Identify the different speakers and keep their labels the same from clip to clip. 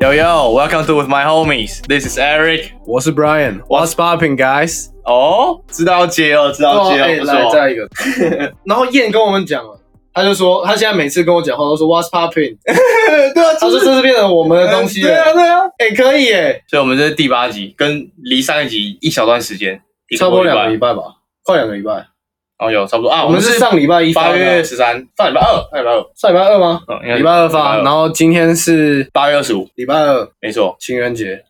Speaker 1: Yo yo, welcome to with my homies. This is Eric.
Speaker 2: 我是 Brian，What's popping, guys？
Speaker 1: 哦，哎知道接了，知道接了，不
Speaker 2: 哦哎
Speaker 1: 哦
Speaker 2: 来
Speaker 1: 错。
Speaker 2: 再一个。 然后燕跟我们讲了，他就说他现在每次跟我讲话都说 What's popping，
Speaker 1: 对啊，
Speaker 2: 他说
Speaker 1: 就
Speaker 2: 这是变成我们的东西
Speaker 1: 对啊，
Speaker 2: 了。
Speaker 1: 对啊。
Speaker 2: 哎、可以哎、
Speaker 1: 所以，我们这是第八集，跟离上一集一小段时间，一个
Speaker 2: 差不多
Speaker 1: 礼拜
Speaker 2: 两个礼。拜吧，快两个礼拜。
Speaker 1: 哦，有差不多啊，
Speaker 2: 我们是上礼拜一
Speaker 1: 八
Speaker 2: 发的啊
Speaker 1: 月十三，上礼拜二，上礼拜二，
Speaker 2: 上礼拜二吗？
Speaker 1: 嗯，应该是
Speaker 2: 礼拜二发，
Speaker 1: 礼拜
Speaker 2: 然后今天是
Speaker 1: 八月二十五，
Speaker 2: 礼拜二，
Speaker 1: 没错。
Speaker 2: 情人节，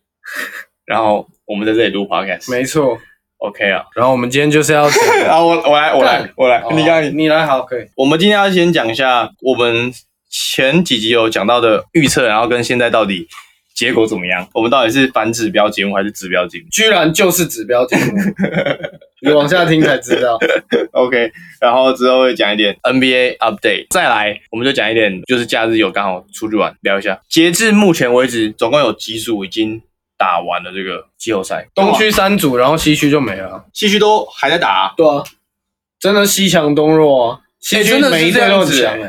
Speaker 1: 然后我们在这里录 podcast，
Speaker 2: 没错。
Speaker 1: OK 啊。
Speaker 2: 然后我们今天就是要讲，
Speaker 1: 啊，我我来，我来
Speaker 2: 干，
Speaker 1: 我来
Speaker 2: 哦，
Speaker 1: 你刚
Speaker 2: 你来好，可以。
Speaker 1: 我们今天要先讲一下我们前几集有讲到的预测，然后跟现在到底结果怎么样？我们到底是反指标节目还是指标节目
Speaker 2: 居然就是指标题 目，你往下听才知道。
Speaker 1: ？OK，然后之后会讲一点 NBA update，再来我们就讲一点，就是假日有刚好出去玩聊一下。截至目前为止，总共有几组已经打完了这个季后赛，
Speaker 2: 东区三组，然后西区就没了啊。
Speaker 1: 西区都还在打、啊。
Speaker 2: 对啊，真的西强东弱啊，西
Speaker 1: 哎真
Speaker 2: 区
Speaker 1: 的是
Speaker 2: 每一
Speaker 1: 这
Speaker 2: 队
Speaker 1: 样
Speaker 2: 都很
Speaker 1: 子
Speaker 2: 强
Speaker 1: 欸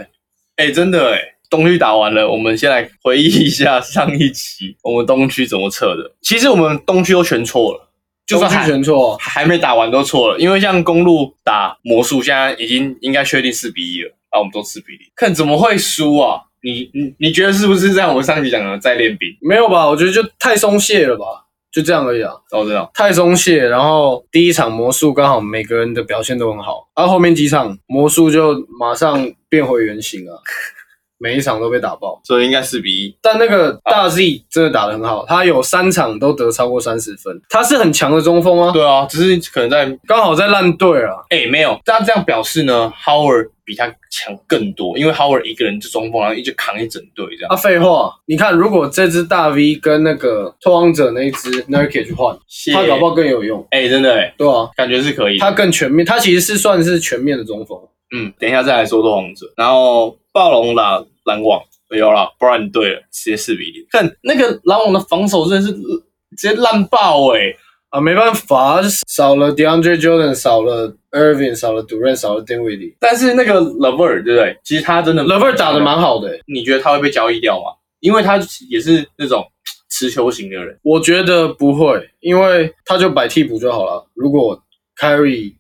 Speaker 2: 哎、
Speaker 1: 哎、真的哎、东区打完了，我们先来回忆一下上一期我们东区怎么测的。其实我们东区都全错了，就算
Speaker 2: 东
Speaker 1: 还
Speaker 2: 区全错啊、
Speaker 1: 还没打完都错了，因为像公路打魔术，现在已经应该确定四比一了啊，我们都四比零，看怎么会输啊？你你你觉得是不是像我们上期讲的在练兵？
Speaker 2: 没有吧？我觉得就太松懈了吧，就这样而已啊，
Speaker 1: 哦，真的哦
Speaker 2: 太松懈。然后第一场魔术刚好每个人的表现都很好，啊然后后面几场魔术就马上变回原形啊， 每一场都被打爆。
Speaker 1: 所以应该四比一。
Speaker 2: 但那个大 Z 真的打得很好，他有三场都得超过三十分，他是很强的中锋啊，
Speaker 1: 对啊，只是可能在
Speaker 2: 刚好在烂队啊，
Speaker 1: 哎、没有，但这样表示呢，Howard 比他强更多，因为 Howard 一个人就中锋，然后一直扛一整队这样。
Speaker 2: 啊，废话，你看如果这只大 V 跟那个拓荒者那一只 Nurkic 换，
Speaker 1: 谢
Speaker 2: 他搞不好更有用，
Speaker 1: 哎、真的哎、
Speaker 2: 对啊，
Speaker 1: 感觉是可以的。
Speaker 2: 他更全面，他其实是算是全面的中锋。
Speaker 1: 嗯，等一下再来说拓红者，然后暴龙打篮网有啦，不然你对了，直接四比零。看那个篮网的防守真的是呃直接烂爆哎、
Speaker 2: 啊，没办法，少了 DeAndre Jordan，少了 Irving，少了 Durant，少了 Dinwiddie。
Speaker 1: 但是那个 Lever 对不对？其实他真的
Speaker 2: l e v e r 打的蛮好的欸、
Speaker 1: 你觉得他会被交易掉吗？因为他也是那种持球型的人。
Speaker 2: 我觉得不会，因为他就摆替补就好了。如果 Kyrie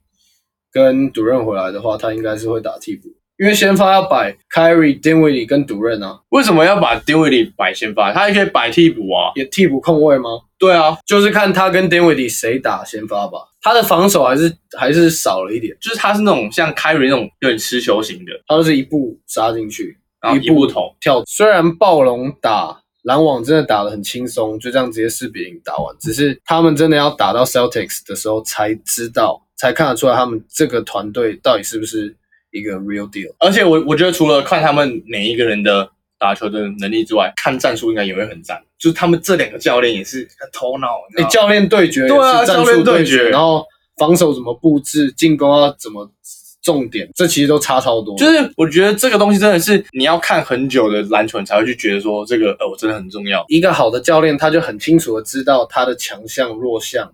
Speaker 2: 跟 Durant 回来的话，他应该是会打替补，因为先发要摆 Kyrie、Dinwiddie 跟 Durant 啊，
Speaker 1: 为什么要把 d i n w i d d 摆先发？他也可以摆替补啊。
Speaker 2: 也替补控卫吗？
Speaker 1: 对啊，
Speaker 2: 就是看他跟 Dinwiddie 谁打先发吧。他的防守还是还是少了一点，
Speaker 1: 就是他是那种像 Kyrie 那种有点持球型的，
Speaker 2: 他就是一步杀进去，
Speaker 1: 然后
Speaker 2: 一
Speaker 1: 一步投。
Speaker 2: 跳。虽然暴龙打篮网真的打得很轻松，就这样直接四比零打完，只是他们真的要打到 Celtics 的时候才知道，才看得出来他们这个团队到底是不是一个 real deal。
Speaker 1: 而且我我觉得除了看他们每一个人的打球的能力之外，看战术应该也会很赞。就是他们这两个教练也是很头脑，你
Speaker 2: 哎、
Speaker 1: 知道吗
Speaker 2: 教练对决也
Speaker 1: 啊对啊
Speaker 2: 是战
Speaker 1: 教
Speaker 2: 术
Speaker 1: 练对
Speaker 2: 对
Speaker 1: 决
Speaker 2: 决，然后防守怎么布置，进攻要怎么重点，这其实都差超多。
Speaker 1: 就是我觉得这个东西真的是你要看很久的篮球，你才会去觉得说这个呃我真的很重要。
Speaker 2: 一个好的教练，他就很清楚的知道他的强项、弱项，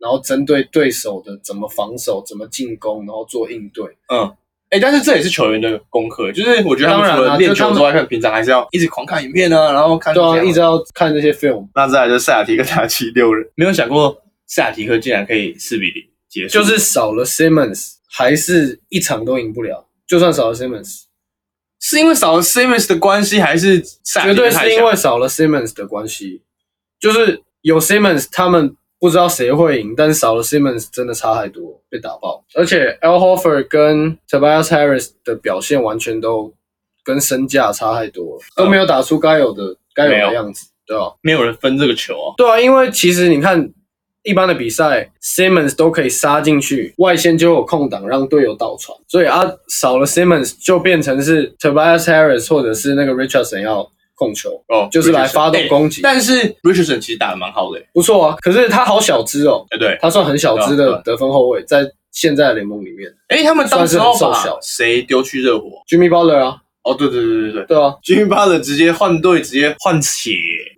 Speaker 2: 然后针对对手的怎么防守、怎么进攻，然后做应对。
Speaker 1: 嗯。哎、但是这也是球员的功课，就是我觉得他们
Speaker 2: 当然
Speaker 1: 除
Speaker 2: 啦
Speaker 1: 了练
Speaker 2: 就他
Speaker 1: 球
Speaker 2: 们
Speaker 1: 之外，看平常还是要一直狂看影片啊，然后看
Speaker 2: 对
Speaker 1: 这
Speaker 2: 啊，
Speaker 1: 样
Speaker 2: 一直要看这些 film，
Speaker 1: 那再来就塞尔提克打七六人，没有想过塞尔提克竟然可以四比零结束，
Speaker 2: 就是少了 Simmons，还是一场都赢不了。就算少了 Simmons，
Speaker 1: 是因为少了 Simmons 的关系，还是塞尔
Speaker 2: 绝
Speaker 1: 提克
Speaker 2: 对
Speaker 1: 太
Speaker 2: 是因
Speaker 1: 强
Speaker 2: 为少了 Simmons 的关系。就是有 Simmons，他们不知道谁会赢，但是少了 Simmons 真的差太多，被打爆。而且 Al Horford 跟 Tobias Harris 的表现完全都跟身价差太多了，都没有打出该有的该有
Speaker 1: 没有
Speaker 2: 的样子，对吧、
Speaker 1: 嗯没有人分这个球啊？
Speaker 2: 对啊，因为其实你看一般的比赛，Simmons 都可以杀进去，外线就有空档让队友倒传，所以啊少了 Simmons 就变成是 Tobias Harris 或者是那个 Richardson 要控球，
Speaker 1: 哦，
Speaker 2: 就是来发动
Speaker 1: Richardson
Speaker 2: 攻击
Speaker 1: 哎但是 Richardson 其实打的蛮好的、哎
Speaker 2: 不错啊。可是他好小只哦，
Speaker 1: 对对，
Speaker 2: 他算很小只
Speaker 1: 对
Speaker 2: 的
Speaker 1: 啊
Speaker 2: 得分后卫，在现在的联盟里面
Speaker 1: 哎、他们当时候
Speaker 2: 算是很
Speaker 1: 把
Speaker 2: 瘦小
Speaker 1: 谁丢去热火？
Speaker 2: ，Jimmy Butler 啊，
Speaker 1: 哦，对对对对对。
Speaker 2: 对啊，
Speaker 1: Jimmy Butler 直接换队，直接换血，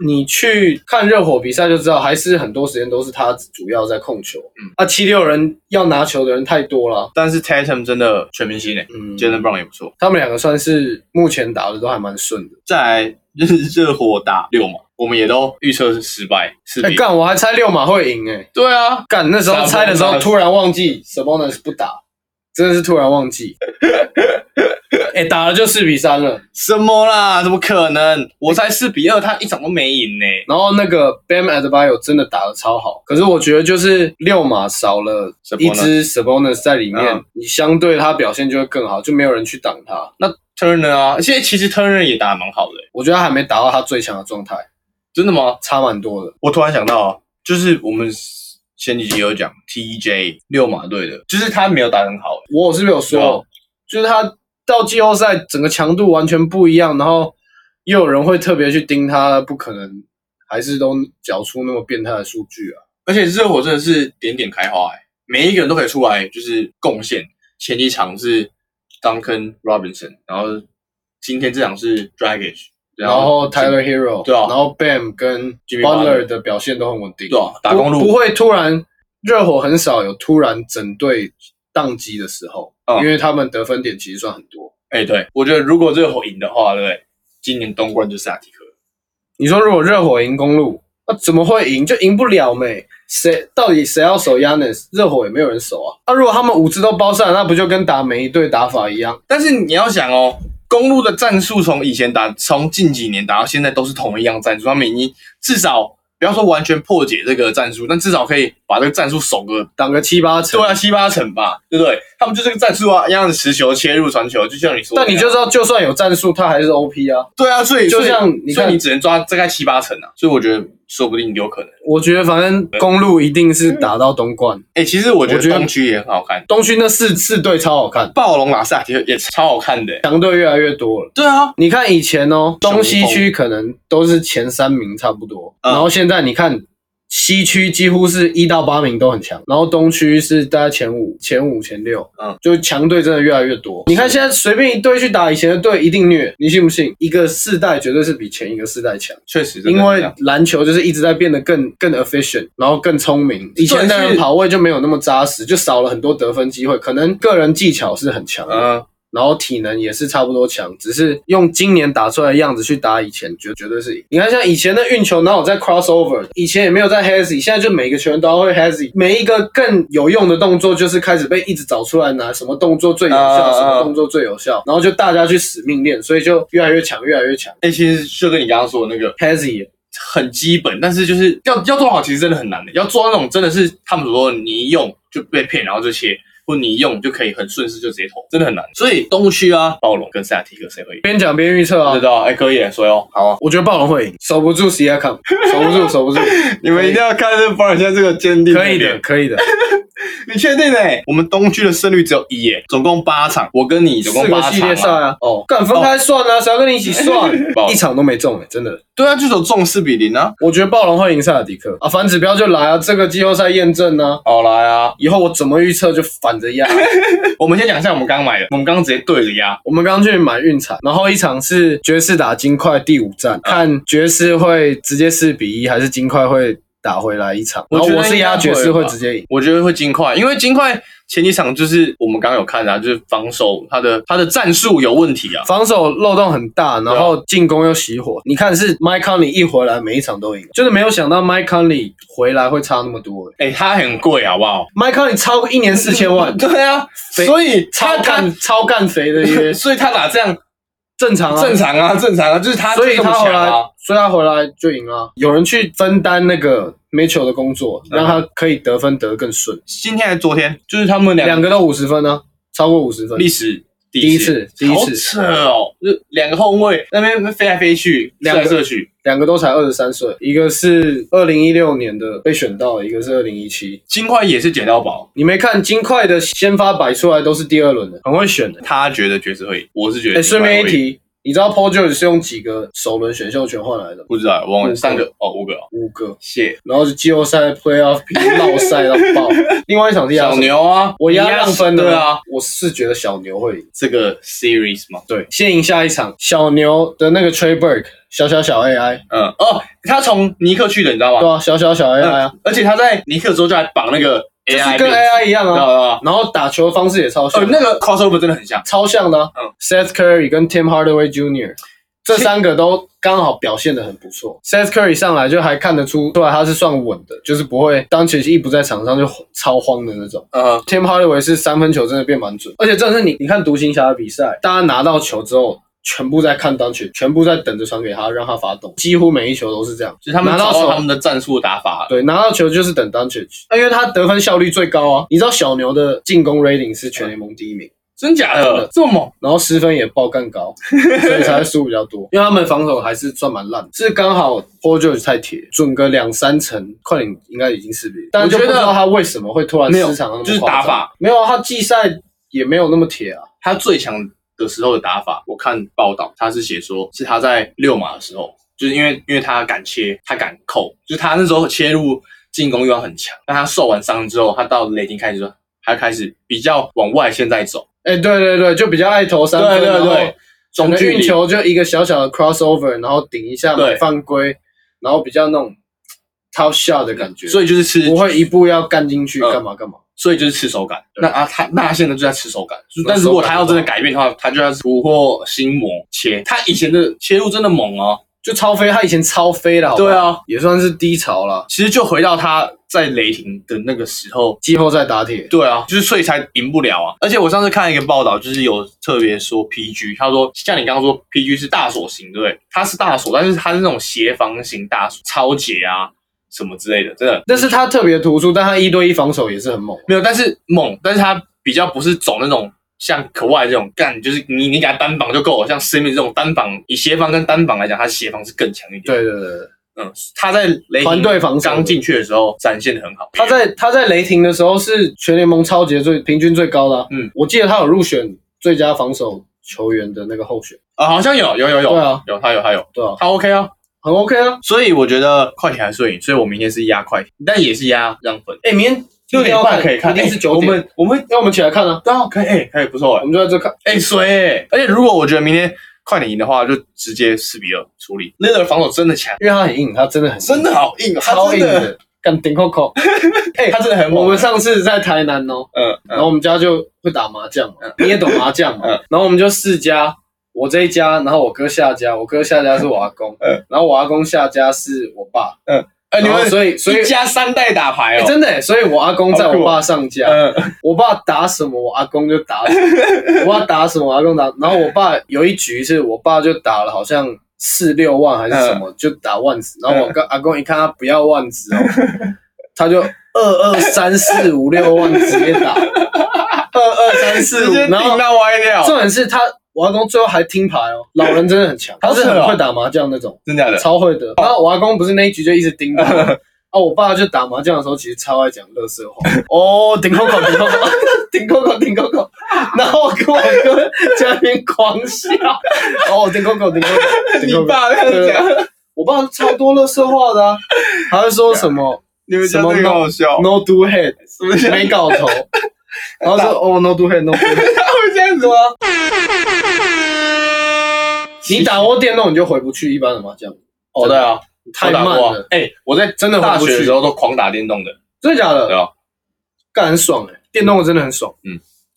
Speaker 2: 你去看热火比赛就知道，还是很多时间都是他主要在控球。
Speaker 1: 嗯，
Speaker 2: 啊，七六人要拿球的人太多了，啊
Speaker 1: 但是 Tatum 真的全明星诶、
Speaker 2: 嗯，
Speaker 1: j a l e n Brown 也不错。
Speaker 2: 他们两个算是目前打的都还蛮顺的。
Speaker 1: 再来就是热火打六嘛，我们也都预测是失败，是
Speaker 2: 哎、
Speaker 1: 比、
Speaker 2: 干，我还猜六马会赢哎、
Speaker 1: 对啊，
Speaker 2: 干那时候猜的时候
Speaker 1: 傻逼
Speaker 2: 突然忘记 s a b o n 不打，真的是突然 忘记。哎、打了就四比三了，
Speaker 1: 什么啦？怎么可能？我才四比二，他一场都没赢哎呢、
Speaker 2: 然后那个 Bam Adebayo 真的打的超好，可是我觉得就是六马少了
Speaker 1: Sabonis
Speaker 2: 一支 s a b o n 在里面，
Speaker 1: 嗯
Speaker 2: 你相对他表现就会更好，就没有人去挡他。那
Speaker 1: Turner 啊，现在其实 Turner 也打得蛮好的、欸，
Speaker 2: 我觉得他还没达到他最强的状态，
Speaker 1: 真的吗？
Speaker 2: 差蛮多的。
Speaker 1: 我突然想到啊，就是我们前几集有讲 TJ 六马队的，就是他没有打得很好、欸，
Speaker 2: 我是不是有说，
Speaker 1: 对啊
Speaker 2: 就是他到季后赛整个强度完全不一样，然后又有人会特别去盯他，不可能还是都缴出那么变态的数据啊。
Speaker 1: 而且热火真的是点点开花、欸，每一个人都可以出来就是贡献。前几场是 Duncan Robinson，然后今天这场是 Dragic，
Speaker 2: 然后 Tyler Hero，
Speaker 1: 啊对啊
Speaker 2: 然后 Bam 跟
Speaker 1: Jimmy
Speaker 2: Butler
Speaker 1: Butler
Speaker 2: 的表现都很稳定，
Speaker 1: 对啊，打公
Speaker 2: 不
Speaker 1: 路
Speaker 2: 不会突然热火很少有突然整队宕机的时候，
Speaker 1: 嗯
Speaker 2: 因为他们得分点其实算很多。
Speaker 1: 哎、对，我觉得如果热火赢的话，对不对？今年东冠就是阿提克。
Speaker 2: 你说如果热火赢公路，那、怎么会赢？就赢不了没？谁到底谁要守 Yanis？热火也没有人守啊。那、如果他们五支都包上，那不就跟打每一队打法一样？
Speaker 1: 但是你要想哦，公路的战术从以前打，从近几年打到现在都是同一样战术，他们已经至少不要说完全破解这个战术，但至少可以把这个战术守个
Speaker 2: 挡个七八成
Speaker 1: 对。啊七八成吧，对不对？他们就这个战术啊，一样的持球、切入、传球，就像你说的那
Speaker 2: 但
Speaker 1: 样，
Speaker 2: 你就知道，就算有战术，他还是 OP 啊。
Speaker 1: 对啊，所以
Speaker 2: 就
Speaker 1: 所以
Speaker 2: 像你
Speaker 1: 所以
Speaker 2: 看
Speaker 1: 你只能抓大概七八成啊，所以我觉得说不定有可能。
Speaker 2: 我觉得反正公路一定是打到东冠，
Speaker 1: 哎、其实我觉
Speaker 2: 我觉
Speaker 1: 得
Speaker 2: 得
Speaker 1: 东区也很好看，
Speaker 2: 东区那四四队超好看，
Speaker 1: 暴龙、拉萨提克也超好看的、
Speaker 2: 强队越来越多了。
Speaker 1: 对啊，
Speaker 2: 你看以前哦，东西区可能都是前三名差不多，
Speaker 1: 嗯
Speaker 2: 然后现在你看西区几乎是一到八名都很强，然后东区是大概前五、前五、前六，
Speaker 1: 嗯，
Speaker 2: 就强队真的越来越多。你看现在随便一队去打以前的队，一定虐，你信不信？一个世代绝对是比前一个世代强。
Speaker 1: 确实真的
Speaker 2: 因
Speaker 1: 这
Speaker 2: 为
Speaker 1: 样
Speaker 2: 篮球就是一直在变得更更 efficient，然后更聪明。以前的
Speaker 1: 对
Speaker 2: 人
Speaker 1: 是
Speaker 2: 跑位就没有那么扎实，就少了很多得分机会。可能个人技巧是很强的，
Speaker 1: 嗯。
Speaker 2: 然后体能也是差不多强，只是用今年打出来的样子去打以前，绝绝对是赢。你看像以前的运球哪有在 crossover，以前也没有在 hazy，现在就每个球员都要会 hazy，每一个更有用的动作就是开始被一直找出来拿什么动作最有效，
Speaker 1: 啊
Speaker 2: 什么动作最有效，然后就大家去死命练，所以就越来越强，越来越强。
Speaker 1: 哎、其实就跟你刚刚说的那个
Speaker 2: hazy
Speaker 1: 很基本，但是就是要要做好，其实真的很难的。要做到那种真的是他们所说的你一用就被骗，然后就切，或你一用就可以很顺势就直接投，真的很难。所以东区啊，暴龙跟塞亚提克谁会赢？
Speaker 2: 边讲边预测
Speaker 1: 不
Speaker 2: 啊
Speaker 1: 知。道，哎、可以耶，所以哦，好啊，
Speaker 2: 我觉得暴龙会赢，守不住 C I c o m 守不住，守 不住，
Speaker 1: 你们一定要看这保尔现在这个坚定
Speaker 2: 可以的，，可以的，
Speaker 1: 你确定呢、我们东区的胜率只有一耶，总共八场，我跟你总
Speaker 2: 四
Speaker 1: 共
Speaker 2: 个
Speaker 1: 八
Speaker 2: 系
Speaker 1: 场、
Speaker 2: 列赛
Speaker 1: 啊。哦
Speaker 2: 啊，哦，干分开算啊，谁要跟你一 起算？一场都没中哎，真的。
Speaker 1: 对啊，就走中四比零啊。
Speaker 2: 我觉得暴龙会赢塞尔迪克啊，反指标就来啊，这个季后赛验证啊，
Speaker 1: 好来啊，
Speaker 2: 以后我怎么预测就反着压。
Speaker 1: 我们先讲一下我们刚买的，我们刚刚直接对着压，
Speaker 2: 我们刚去买运彩，然后一场是爵士打金块第五战，
Speaker 1: 啊
Speaker 2: 看爵士会直接四比一，还是金块会打回来一场。
Speaker 1: 我
Speaker 2: 然后
Speaker 1: 觉得
Speaker 2: 我是压爵士
Speaker 1: 应该
Speaker 2: 会
Speaker 1: 会吧
Speaker 2: 直接赢，
Speaker 1: 我觉得会金块，因为金块前几场就是我们刚刚有看的啊，就是防守他的他的战术有问题啊。
Speaker 2: 防守漏洞很大，
Speaker 1: 啊
Speaker 2: 然后进攻又熄火。你看是 Mike Conley 一回来，每一场都赢，就是没有想到 Mike Conley 回来会差那么多、欸。
Speaker 1: 哎、他很贵好不 好？，
Speaker 2: Mike Conley 超过一年四千万
Speaker 1: 对啊，
Speaker 2: 肥
Speaker 1: 所以 他
Speaker 2: 超
Speaker 1: 他
Speaker 2: 干超干肥的约，
Speaker 1: 所以他打这样
Speaker 2: 正常啊，
Speaker 1: 正常啊，正常啊，就是他
Speaker 2: 所以
Speaker 1: 就这
Speaker 2: 他
Speaker 1: 么
Speaker 2: 回
Speaker 1: 强
Speaker 2: 来
Speaker 1: 啊。，
Speaker 2: 所以他回来就赢了。啊有人去分担那个 Mitchell 的工作，
Speaker 1: 嗯
Speaker 2: 让他可以得分得得更顺。
Speaker 1: 今天还是昨天，就是他们两
Speaker 2: 两
Speaker 1: 个
Speaker 2: 个都五十分呢，超过五十分。
Speaker 1: 历史第
Speaker 2: 第一
Speaker 1: 一
Speaker 2: 次
Speaker 1: 次，
Speaker 2: 第一
Speaker 1: 好
Speaker 2: 次
Speaker 1: 扯哦，就两个后卫那边飞来飞去，射
Speaker 2: 两个
Speaker 1: 来射去。
Speaker 2: 两个都才二十三岁，一个是二零一六年的被选到，一个是二零一七。
Speaker 1: 金块也是捡到宝，
Speaker 2: 你没看金块的先发摆出来都是第二轮的，很会选的。
Speaker 1: 他觉得爵士会赢，我是觉
Speaker 2: 哎，
Speaker 1: 得金
Speaker 2: 顺
Speaker 1: 块会赢。
Speaker 2: 便一提，你知道 Paul George 是用几个首轮选秀权换来的吗？
Speaker 1: 不知道，忘了
Speaker 2: 嗯
Speaker 1: 三个哦，五个哦，
Speaker 2: 五个，
Speaker 1: 谢
Speaker 2: 然后就季后赛 Playoff 比绕赛到爆。另外一场是压
Speaker 1: 小
Speaker 2: 什么
Speaker 1: 牛啊，
Speaker 2: 我压
Speaker 1: 你
Speaker 2: 让分的，
Speaker 1: 对啊，，
Speaker 2: 我是觉得小牛会赢。
Speaker 1: 这个 series 嘛，
Speaker 2: 对，先赢下一场。小牛的那个 Trey Burke，小小小 AI，
Speaker 1: 嗯哦，他从尼克去的，你知道吗？
Speaker 2: 对啊，小小小
Speaker 1: 嗯
Speaker 2: AI 啊，
Speaker 1: 而且他在尼克之后就还绑那个
Speaker 2: 就是
Speaker 1: AI，
Speaker 2: 跟 AI 一样
Speaker 1: 知道
Speaker 2: 啊。
Speaker 1: 吧？
Speaker 2: 然后打球的方式也超像
Speaker 1: 呃，，嗯那个 crossover 真的很像，
Speaker 2: 超像的啊。
Speaker 1: 嗯
Speaker 2: Seth Curry 跟 Tim Hardaway Jr. 这
Speaker 1: 其
Speaker 2: 三个都刚好表现的很不错。Seth Curry 上来就还看得出出来他是算稳的，就是不会当其实一不在场上就超慌的那种。
Speaker 1: 呃，
Speaker 2: Tim Hardaway 是三分球真的变蛮准，而且真的是你你看独行侠的比赛，大家拿到球之后。全部在看单曲，全部在等着传给他，让他发动，几乎每一球都是这样。
Speaker 1: 就是他们
Speaker 2: 拿
Speaker 1: 找
Speaker 2: 到
Speaker 1: 到他
Speaker 2: 手，
Speaker 1: 们的战术打法了，
Speaker 2: 对，拿到球就是等单曲，那因为他得分效率最高啊。你知道小牛的进攻 rating 是全联盟第一名，
Speaker 1: 真假
Speaker 2: 嗯
Speaker 1: 的这么猛？
Speaker 2: 然后失分也爆 干高，所以才会输比较多。因为他们防守还是算蛮烂的，是刚好 p o r g e 太铁，准个两三成，快点应该已经是比，但就不知道他为什么会突然
Speaker 1: 没有
Speaker 2: 失常到那么
Speaker 1: 就是
Speaker 2: 夸张
Speaker 1: 打法
Speaker 2: 没有啊，他季赛也没有那么铁啊。
Speaker 1: 他最强的时候的打法，我看报道他是写说是他在六码的时候，就是因为因为他敢切，他敢扣，就是他那时候切入进攻欲望很强。但他受完伤之后，他到雷霆开始之后，他开始比较往外线在走，
Speaker 2: 哎、对对对，就比较爱投三分，
Speaker 1: 对对对
Speaker 2: 然后
Speaker 1: 中
Speaker 2: 可能
Speaker 1: 距
Speaker 2: 运
Speaker 1: 离。
Speaker 2: 球就一个小小的 crossover，然后顶一下
Speaker 1: 对
Speaker 2: 买犯规，然后比较那种 top shot 的感觉，
Speaker 1: 所
Speaker 2: 以
Speaker 1: 以就是吃
Speaker 2: 不，会一步要干进去
Speaker 1: 嗯
Speaker 2: 干嘛干嘛。
Speaker 1: 所以就是吃手感。
Speaker 2: 对
Speaker 1: 那啊，他那他现在就在吃手感，就是
Speaker 2: 那
Speaker 1: 但如果
Speaker 2: 手
Speaker 1: 他
Speaker 2: 感
Speaker 1: 要
Speaker 2: 不
Speaker 1: 真的
Speaker 2: 好
Speaker 1: 改变的话，他就要突破心魔切。他以前的切入真的猛哦，
Speaker 2: 就超飞，他以前超飞了，好不好
Speaker 1: 对啊，
Speaker 2: 也算是低潮了。
Speaker 1: 其实就回到他在雷霆的那个时候，
Speaker 2: 季后赛打铁，
Speaker 1: 对啊，就是所以才赢不了啊。而且我上次看一个报道，就是有特别说 PG，他说像你刚刚说 PG 是大锁型，对不对？他是大锁，但是他是那种斜方型大锁，超解啊什么之类的，真的
Speaker 2: 但是他特别突出，但他一对一防守也是很猛。
Speaker 1: 没有。但是猛，但是他比较不是走那种。像可外这种干，就是你你给他单防就够了。像 Simmons 这种单防，以协防跟单防来讲，他协防是更强一点。，
Speaker 2: 对对对对，
Speaker 1: 嗯，他在雷霆
Speaker 2: 团队防守
Speaker 1: 刚进去的时候展现的很好。
Speaker 2: 他在他在雷霆的时候是全联盟超级最平均最高的、啊。
Speaker 1: 嗯，
Speaker 2: 我记得他有入选最佳防守球员的那个候选。
Speaker 1: 啊、好像有有有有，
Speaker 2: 对啊
Speaker 1: 有他有他有
Speaker 2: 对啊，
Speaker 1: 他 OK 啊，
Speaker 2: 很 OK 啊。
Speaker 1: 所以我觉得快艇还是会赢，所以我明天是压快艇，但也是压让分。
Speaker 2: 哎、明天
Speaker 1: 六点半可以看，哎
Speaker 2: 一定是九
Speaker 1: 我
Speaker 2: 点。
Speaker 1: 们我们
Speaker 2: 那我们起来看啊，
Speaker 1: 刚好可以，哎，可以不错
Speaker 2: 我们就在这看。
Speaker 1: 哎，哎，水哎！而且如果我觉得明天快点赢的话，就直接四比二处理。l i l l a r 防守真的强，
Speaker 2: 因为他很硬，他真的很硬
Speaker 1: 真的好硬，
Speaker 2: 超硬
Speaker 1: 的，
Speaker 2: 的，干顶扣扣。哎、
Speaker 1: 他真的很猛。
Speaker 2: 我们上次在台南哦，
Speaker 1: 嗯
Speaker 2: 然后我们家就会打麻将嘛
Speaker 1: 嗯，
Speaker 2: 你也懂麻将嘛
Speaker 1: 嗯，
Speaker 2: 然后我们就四家，我这一家，然后我哥下家，我哥下家是我阿公
Speaker 1: 嗯，
Speaker 2: 然后我阿公下家是我爸，
Speaker 1: 哎，你
Speaker 2: 然后
Speaker 1: 们
Speaker 2: 所以所以
Speaker 1: 一。家三代打牌
Speaker 2: 哎
Speaker 1: 哦，
Speaker 2: 真的耶，所以我阿公在
Speaker 1: 好酷哦
Speaker 2: 我爸上家，
Speaker 1: 嗯
Speaker 2: 我爸打什么，我阿公就打什 么，我爸打什么，我阿公打。然后我爸有一局是我爸就打了，好像四六万还是什么，就打 万子。然后我跟阿公一看他不要万子哦，他就二二三四五六万直接打，二二三四
Speaker 1: 直
Speaker 2: 五，
Speaker 1: 接
Speaker 2: 然后
Speaker 1: 定到歪掉，
Speaker 2: 重点是他，我阿公最后还听牌哦，老人真的很强，
Speaker 1: 好
Speaker 2: 他
Speaker 1: 扯哦
Speaker 2: 是很会打麻将那种，
Speaker 1: 真假的？
Speaker 2: 超会的。然后我阿公不是那一局就一直盯着我， 啊，我爸就打麻将的时候其实超爱讲乐色话，哦，顶扣扣，顶扣扣，顶扣扣，顶扣扣。然后我跟我哥在那边狂笑，哦，顶扣扣，顶扣扣，
Speaker 1: 你
Speaker 2: 顶扣扣。
Speaker 1: 爸这样讲，
Speaker 2: 我爸超多乐色话的啊，他会说什么
Speaker 1: 你们家这个好笑，
Speaker 2: no do head
Speaker 1: 是不是？
Speaker 2: 没搞头，然后说哦 no do head no do head。
Speaker 1: 他会这样子吗？
Speaker 2: 你打过电动，你就回不去一般的麻将，
Speaker 1: 哦，对啊，
Speaker 2: 太
Speaker 1: 我打
Speaker 2: 慢
Speaker 1: 过啊
Speaker 2: 了，。
Speaker 1: 哎，我在
Speaker 2: 真的
Speaker 1: 大
Speaker 2: 回不
Speaker 1: 学的时
Speaker 2: 去。
Speaker 1: 候都狂打电动的。
Speaker 2: 真的假
Speaker 1: 对
Speaker 2: 的？
Speaker 1: 啊，
Speaker 2: 干很爽哎、电动的真的很爽。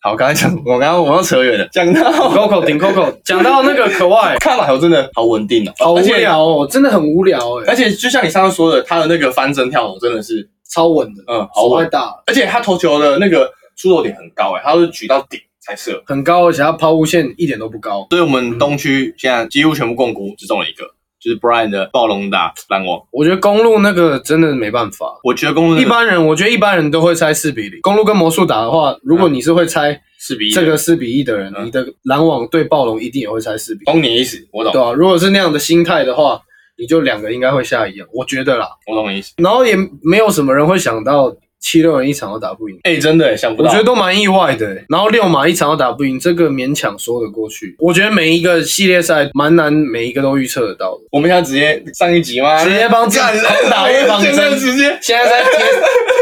Speaker 1: 好，刚才讲，我刚刚我要扯远了，讲到
Speaker 2: Coco 顶 Coco，讲到那个可爱，
Speaker 1: 看篮球真的好稳定哦，
Speaker 2: 好无
Speaker 1: 而且，
Speaker 2: 聊哦，真的很无聊哎、
Speaker 1: 而且就像你上次说的，他的那个翻身跳投真的是，
Speaker 2: 超稳的，
Speaker 1: 嗯，好
Speaker 2: 手太
Speaker 1: 稳，
Speaker 2: 大了，
Speaker 1: 而且他投球的那个出手点很高哎，他都是举到顶才射，
Speaker 2: 很高，而且它抛物线一点都不高。
Speaker 1: 所以我们东区现在几乎全部共估只中了一个，就是 Brian 的暴龙打篮网，
Speaker 2: 我觉得公路那个真的没办法，
Speaker 1: 我觉得公路
Speaker 2: 一般人我觉得一般人都会猜四比零。公路跟魔术打的话，如果你是会猜
Speaker 1: 四嗯比一，
Speaker 2: 这个四比一的人，
Speaker 1: 嗯
Speaker 2: 你的篮网对暴龙一定也会猜四比一，
Speaker 1: 懂你意思，我懂
Speaker 2: 对，啊，如果是那样的心态的话，你就两个应该会下一样，我觉得啦。
Speaker 1: 我懂你意思，
Speaker 2: 然后也没有什么人会想到七六人一场都打不赢。
Speaker 1: 哎、真的、想不
Speaker 2: 我
Speaker 1: 到，
Speaker 2: 觉得都蛮意外的、欸然后六马一场都打不赢，这个勉强说得过去。我觉得每一个系列赛蛮难，每一个都预测得到的。
Speaker 1: 我们想直接上一集吗？
Speaker 2: 直接帮自己
Speaker 1: 干
Speaker 2: 空打预防针
Speaker 1: 现在直接
Speaker 2: 现在在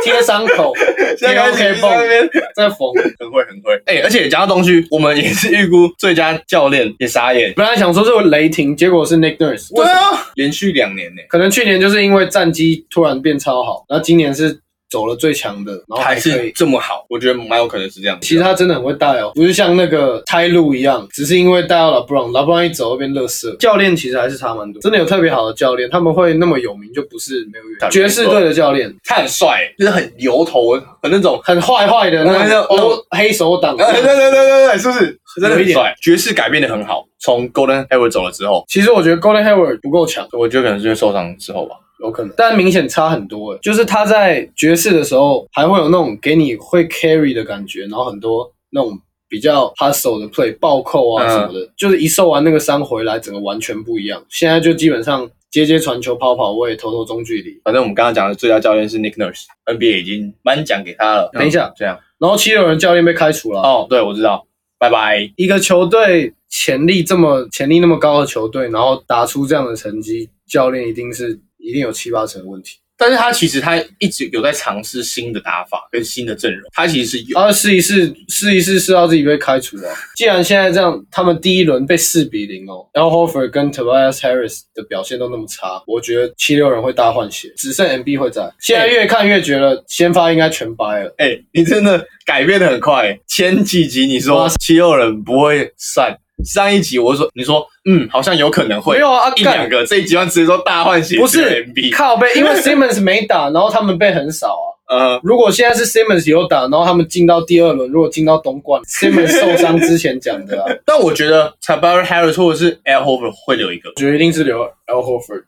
Speaker 2: 贴贴伤口，
Speaker 1: 现在开始在那边
Speaker 2: 在缝。
Speaker 1: 很会很会。哎、而且讲到东区，我们也是预估最佳教练，也傻眼。
Speaker 2: 本来想说是雷霆，结果是 Nick Nurse。为什么？
Speaker 1: 啊，连续两年呢、
Speaker 2: 可能去年就是因为战绩突然变超好，然后今年是走了最强的，然后
Speaker 1: 还
Speaker 2: 可
Speaker 1: 是
Speaker 2: 以。
Speaker 1: 这么好，我觉得蛮有可能是这样。
Speaker 2: 其实他真的很会带哦，不是像那个泰路一样，只是因为带到了 Brown，老 Brown 一走会变乐色。教练其实还是差蛮多，真的有特别好的教练，他们会那么有名，就不是没有原因。爵士队的教练
Speaker 1: 他很帅、就是很油头，很那种。
Speaker 2: 很坏坏的那
Speaker 1: 那
Speaker 2: 种
Speaker 1: 种
Speaker 2: 欧黑手 党，
Speaker 1: 哎对对对对对，是不是？真的
Speaker 2: 有一
Speaker 1: 很
Speaker 2: 点
Speaker 1: 帅。爵士改变的很好，从 Golden Hayward 走了之后，
Speaker 2: 其实我觉得 Golden Hayward 不够强，
Speaker 1: 我觉得可能是因为受伤之后吧。
Speaker 2: 有可能，但明显差很多诶。就是他在爵士的时候，还会有那种给你会 carry 的感觉，然后很多那种比较 hustle 的 play 暴扣啊
Speaker 1: 嗯
Speaker 2: 什么的，就是一受完那个伤回来，整个完全不一样。现在就基本上接接传球、跑跑位、投投中距离。
Speaker 1: 反正我们刚刚讲的最佳教练是 Nick Nurse，NBA 已经颁奖给他了。嗯
Speaker 2: 等一下
Speaker 1: 这样
Speaker 2: 然后七六人教练被开除了。
Speaker 1: 哦，对，我知道，拜拜。
Speaker 2: 一个球队潜力这么潜力那么高的球队，然后打出这样的成绩，教练一定是一定有七八成的问题。
Speaker 1: 但是他其实他一直有在尝试新的打法跟新的阵容，他其实是有。
Speaker 2: 他啊试一试，试一试，试到自己被开除啊！既然现在这样，他们第一轮被四比零哦 e l h o f e r 跟 Tobias Harris 的表现都那么差，我觉得七六人会大换血，只剩 MB 会在。现在越看越觉得先发应该全掰了。
Speaker 1: 哎、你真的改变的很快、前几集你说七六人不会散，上一集我说你说嗯，好像有可能会，
Speaker 2: 没有啊，啊
Speaker 1: 一
Speaker 2: 干
Speaker 1: 两个，这一集完直接说大换血，
Speaker 2: 不是
Speaker 1: MB，
Speaker 2: 靠背，因为 Simmons 没打，然后他们被很少啊。
Speaker 1: 呃，
Speaker 2: 如果现在是 Simmons 有打，然后他们进到第二轮，如果进到东冠，Simmons 受伤之前讲的啊，
Speaker 1: 但我觉得 t a b a r Harris 或者是 Al h o f e r 会留一个，
Speaker 2: 我觉得一定是留 L h o f e r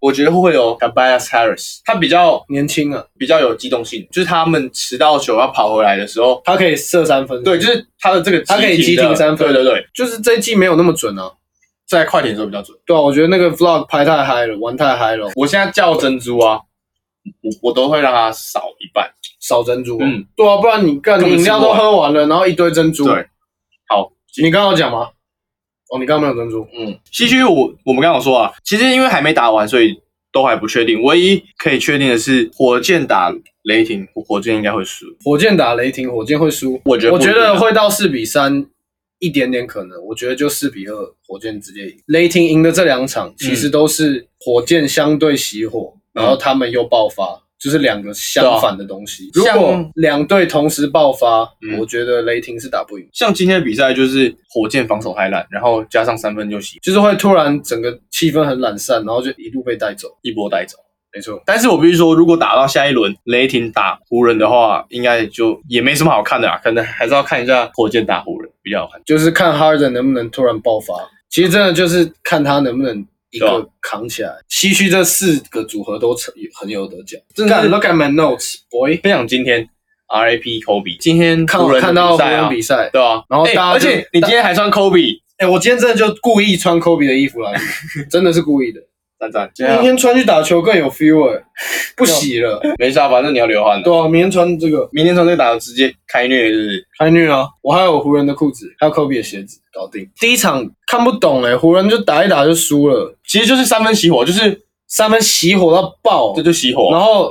Speaker 1: 我觉得会留 t a b a r Harris，他比较
Speaker 2: 年轻啊，
Speaker 1: 比较有机动性，就是他们持到球要跑回来的时候，
Speaker 2: 他可以射三分，
Speaker 1: 对，就是他的这个
Speaker 2: 他可以
Speaker 1: 急停
Speaker 2: 急停
Speaker 1: 的
Speaker 2: 三分
Speaker 1: 对对对，
Speaker 2: 就是这一季没有那么准啊。
Speaker 1: 在快艇的时候比较准。
Speaker 2: 对啊，我觉得那个 vlog 拍太嗨了，玩太嗨了，
Speaker 1: 我现在叫珍珠啊，我我都会让它少一半。
Speaker 2: 少珍珠、嗯
Speaker 1: 嗯，
Speaker 2: 对啊，不然你干
Speaker 1: 根本
Speaker 2: 饮料
Speaker 1: 吃不
Speaker 2: 都
Speaker 1: 完
Speaker 2: 喝完了，然后一堆珍珠。
Speaker 1: 对，好，
Speaker 2: 你刚刚有讲吗？哦，你刚刚没有珍珠。
Speaker 1: 嗯，西区我我们刚刚有说啊，其实因为还没打完，所以都还不确定。唯一可以确定的是，火箭打雷霆，火箭应该会输。
Speaker 2: 火箭打雷霆，火箭会输，
Speaker 1: 我觉得
Speaker 2: 我觉
Speaker 1: 不一
Speaker 2: 得
Speaker 1: 定啊
Speaker 2: 会到四比三，一点点可能，我觉得就四比二，火箭直接赢。雷霆赢的这两场其实都是火箭相对熄火，
Speaker 1: 嗯
Speaker 2: 然后他们又爆发，就是两个相反的东西。
Speaker 1: 对啊
Speaker 2: 如果
Speaker 1: 像
Speaker 2: 两队同时爆发，
Speaker 1: 嗯
Speaker 2: 我觉得雷霆是打不赢，
Speaker 1: 像今天的比赛就是火箭防守太烂，然后加上三分就洗
Speaker 2: 就是会突然整个气氛很懒散，然后就一路被带走。
Speaker 1: 一波带走。
Speaker 2: 没错，
Speaker 1: 但是我必须说，如果打到下一轮雷霆打湖人的话，应该就也没什么好看的啊，可能还是要看一下火箭打湖人比较好看。
Speaker 2: 就是看 Harden 能不能突然爆发。其实真的就是看他能不能一
Speaker 1: 对
Speaker 2: 个
Speaker 1: 啊
Speaker 2: 扛起来。西区这四个组合都很很有得讲。
Speaker 1: 真的
Speaker 2: 干
Speaker 1: 是
Speaker 2: Look at my notes, boy。
Speaker 1: 分享今天 RAP Kobe，今天
Speaker 2: 看
Speaker 1: 湖人的
Speaker 2: 看到
Speaker 1: 比
Speaker 2: 湖
Speaker 1: 赛
Speaker 2: 人
Speaker 1: 啊，
Speaker 2: 比赛，
Speaker 1: 对啊，
Speaker 2: 然后
Speaker 1: 哎
Speaker 2: 大家
Speaker 1: 而
Speaker 2: 就
Speaker 1: 且你今天还穿 Kobe，
Speaker 2: 哎、我今天真的就故意穿 Kobe 的衣服 来，真的是故意的。
Speaker 1: 赞赞，今啊
Speaker 2: 明天穿去打球更有 feel 哎、 不洗了。
Speaker 1: 没事啊，反正你要流汗的。
Speaker 2: 对啊，明天穿这个
Speaker 1: 明天穿这个打球直接开虐，是不是？
Speaker 2: 开虐啊！我还有湖人的裤子，还有 Kobe 的鞋子，搞定。第一场看不懂哎、湖人就打一打就输了，
Speaker 1: 其实就是三分熄火，就是
Speaker 2: 三分熄火到爆
Speaker 1: 这，就熄火啊
Speaker 2: 然。后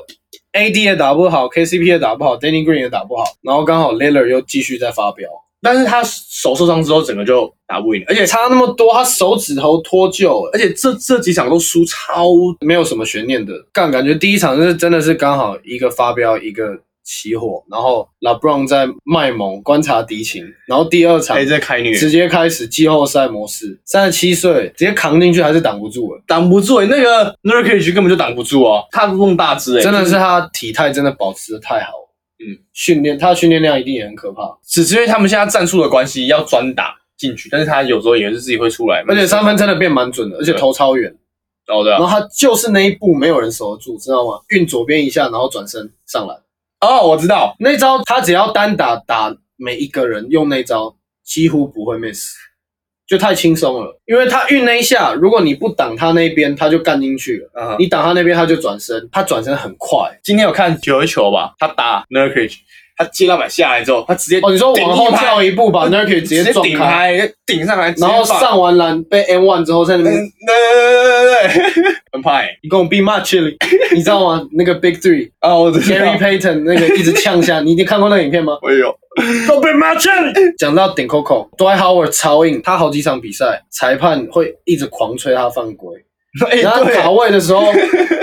Speaker 2: AD 也打不好，KCP 也打不好，Danny Green 也打不好，然后刚好 Lillard 又继续在发飙，
Speaker 1: 但是他手受伤之后，整个就打不赢，而且
Speaker 2: 也差那么多，他手指头脱臼，欸
Speaker 1: 而且这这几场都输超
Speaker 2: 没有什么悬念的。干，感觉第一场是真的是刚好一个发飙，一个起火，然后 LeBron 在卖萌观察敌情，然后第二场
Speaker 1: 哎，这开虐，
Speaker 2: 直接开始季后赛模式，三十七岁直接扛进去还是挡不住了，
Speaker 1: 挡不住、欸、那个 Nurkic 根本就挡不住哦，他弄大只哎、
Speaker 2: 真的是他体态真的保持的太好了，
Speaker 1: 嗯，
Speaker 2: 训练他的训练量一定也很可怕。
Speaker 1: 只是因为他们现在战术的关系要专打进去，但是他有时候也是自己会出来，
Speaker 2: 而且三分真的变蛮准的，而且投超远，
Speaker 1: 哦对啊
Speaker 2: 然后他就是那一步没有人守得住，知道吗？运左边一下，然后转身上篮，
Speaker 1: 哦我知道，
Speaker 2: 那招他只要单打打每一个人，用那招几乎不会 miss，就太轻松了，因为他运那一下，如果你不挡他那边，他就干进去了。
Speaker 1: 嗯哼
Speaker 2: 你挡他那边，他就转身，他转身很快。
Speaker 1: 今天有看九一球吧，他打 Nurkic，他接到板下来之后，他直接
Speaker 2: 哦，你说往后
Speaker 1: 顶一拍
Speaker 2: 跳一步，把 n u r k i 直
Speaker 1: 直
Speaker 2: 接
Speaker 1: 接
Speaker 2: 撞
Speaker 1: 顶
Speaker 2: 开，
Speaker 1: 拍，顶上来，
Speaker 2: 然后
Speaker 1: 直接放
Speaker 2: 上完篮被 N one 之后，在那边
Speaker 1: 嗯对对对对对对，很怕欸
Speaker 2: 一共 be much，你知道吗？那个 Big Three
Speaker 1: 啊！我知
Speaker 2: Gary
Speaker 1: 道，哎
Speaker 2: Payton 那个一直呛下，你一定看过那个影片吗？
Speaker 1: 我也有，都被骂欠。
Speaker 2: 讲到顶 Coco Dwight Howard 超硬，他好几场比赛裁判会一直狂吹他犯规，
Speaker 1: 哎，
Speaker 2: 然后他
Speaker 1: 对，
Speaker 2: 卡位的 时候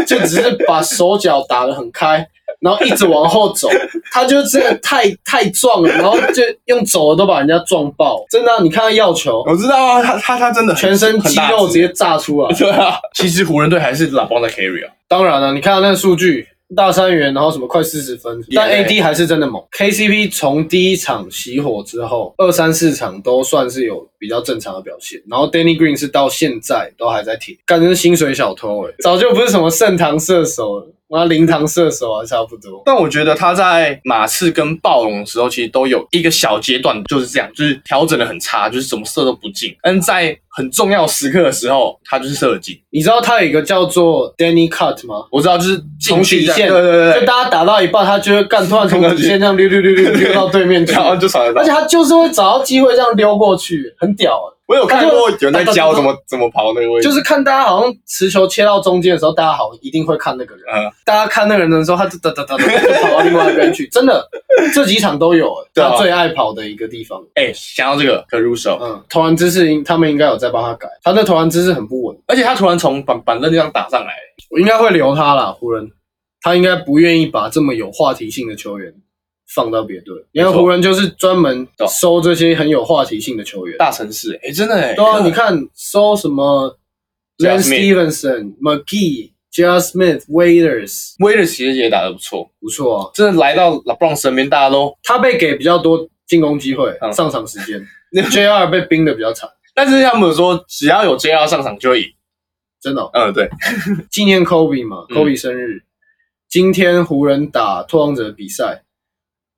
Speaker 2: 就只是把手脚打得很开，然后一直往后走，他就真的太太壮了，然后就用走的都把人家撞爆，真的啊、你看他要球，
Speaker 1: 我知道啊，他他他真的很
Speaker 2: 全身肌肉直。接炸出来
Speaker 1: 很大。只对啊，其实湖人队还是老帮的 carry 啊，
Speaker 2: 当然了、你看到那个数据，大三元，然后什么快四十分，但
Speaker 1: Yeah
Speaker 2: AD 还是真的猛。KCP 从第一场熄火之后，二三四场都算是有比较正常的表现。然后 Danny Green 是到现在都还在挺，干真是薪水小偷诶、早就不是什么盛唐射手了，妈灵堂射手还差不多。
Speaker 1: 但我觉得他在马刺跟暴龙的时候，其实都有一个小阶段就是这样，就是调整的很差，就是怎么射都不进。但在很重要时刻的时候，他就是射得进。
Speaker 2: 你知道他有一个叫做 Danny Cut 吗？
Speaker 1: 我知道，就是进
Speaker 2: 从
Speaker 1: 去
Speaker 2: 底
Speaker 1: 这样
Speaker 2: 线，
Speaker 1: 对对对
Speaker 2: 就
Speaker 1: 对，
Speaker 2: 大家打到一半，他就会干，突然从底线这样溜溜溜溜溜到对面去，
Speaker 1: 然后就传得
Speaker 2: 而
Speaker 1: 到
Speaker 2: 且。他就是会找到机会这样溜过去，很屌、欸。
Speaker 1: 我有看过有人在教怎么怎么跑那个位置，
Speaker 2: 就是看大家好像持球切到中间的时候，大家好像一定会看那个人。
Speaker 1: 嗯
Speaker 2: 大家看那个人的时候，他就哒哒哒哒就跑到另外一 边去。真的，这几场都有、欸
Speaker 1: 对啊
Speaker 2: 他最爱跑的一个地方。
Speaker 1: 哎，想到这个可入手，
Speaker 2: 嗯，投篮姿势应他们应该有在帮他改，他的投篮姿势很不稳，
Speaker 1: 而且他突然从板板凳上打上来，
Speaker 2: 我应该会留他啦，湖人。他应该不愿意把这么有话题性的球员放到别队，因为
Speaker 1: 没错
Speaker 2: 湖人就是专门
Speaker 1: 对啊
Speaker 2: 收这些很有话题性的球员。
Speaker 1: 大城市，哎，真的哎，
Speaker 2: 对啊，你看收什么 l a n
Speaker 1: J.R.
Speaker 2: Stevenson、McGee、J.R. Smith、Waiters，
Speaker 1: 威尔其实也打得不错，
Speaker 2: 不错啊。
Speaker 1: 真的来到 LeBron 身边，大家都，
Speaker 2: 他被给比较多进攻机会，
Speaker 1: 嗯
Speaker 2: 上场时间。J.R. 被冰的比较惨，
Speaker 1: 但是他们有说只要有 JR 上场就会赢，
Speaker 2: 真的哦、
Speaker 1: 嗯，对，
Speaker 2: 纪念 Kobe 嘛
Speaker 1: 嗯
Speaker 2: ，Kobe 生日，今天湖人打拓荒者的比赛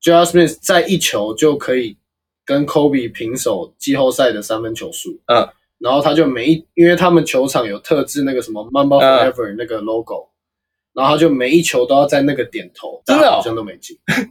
Speaker 2: ，J.R. Smith 在一球就可以跟 Kobe 平手季后赛的三分球数。
Speaker 1: 嗯，
Speaker 2: 然后他就每一，因为他们球场有特制那个什么 Mamba
Speaker 1: 嗯
Speaker 2: Forever 那个 logo，、然后他就每一球都要在那个点投，
Speaker 1: 真的哦
Speaker 2: 大家好像都没进。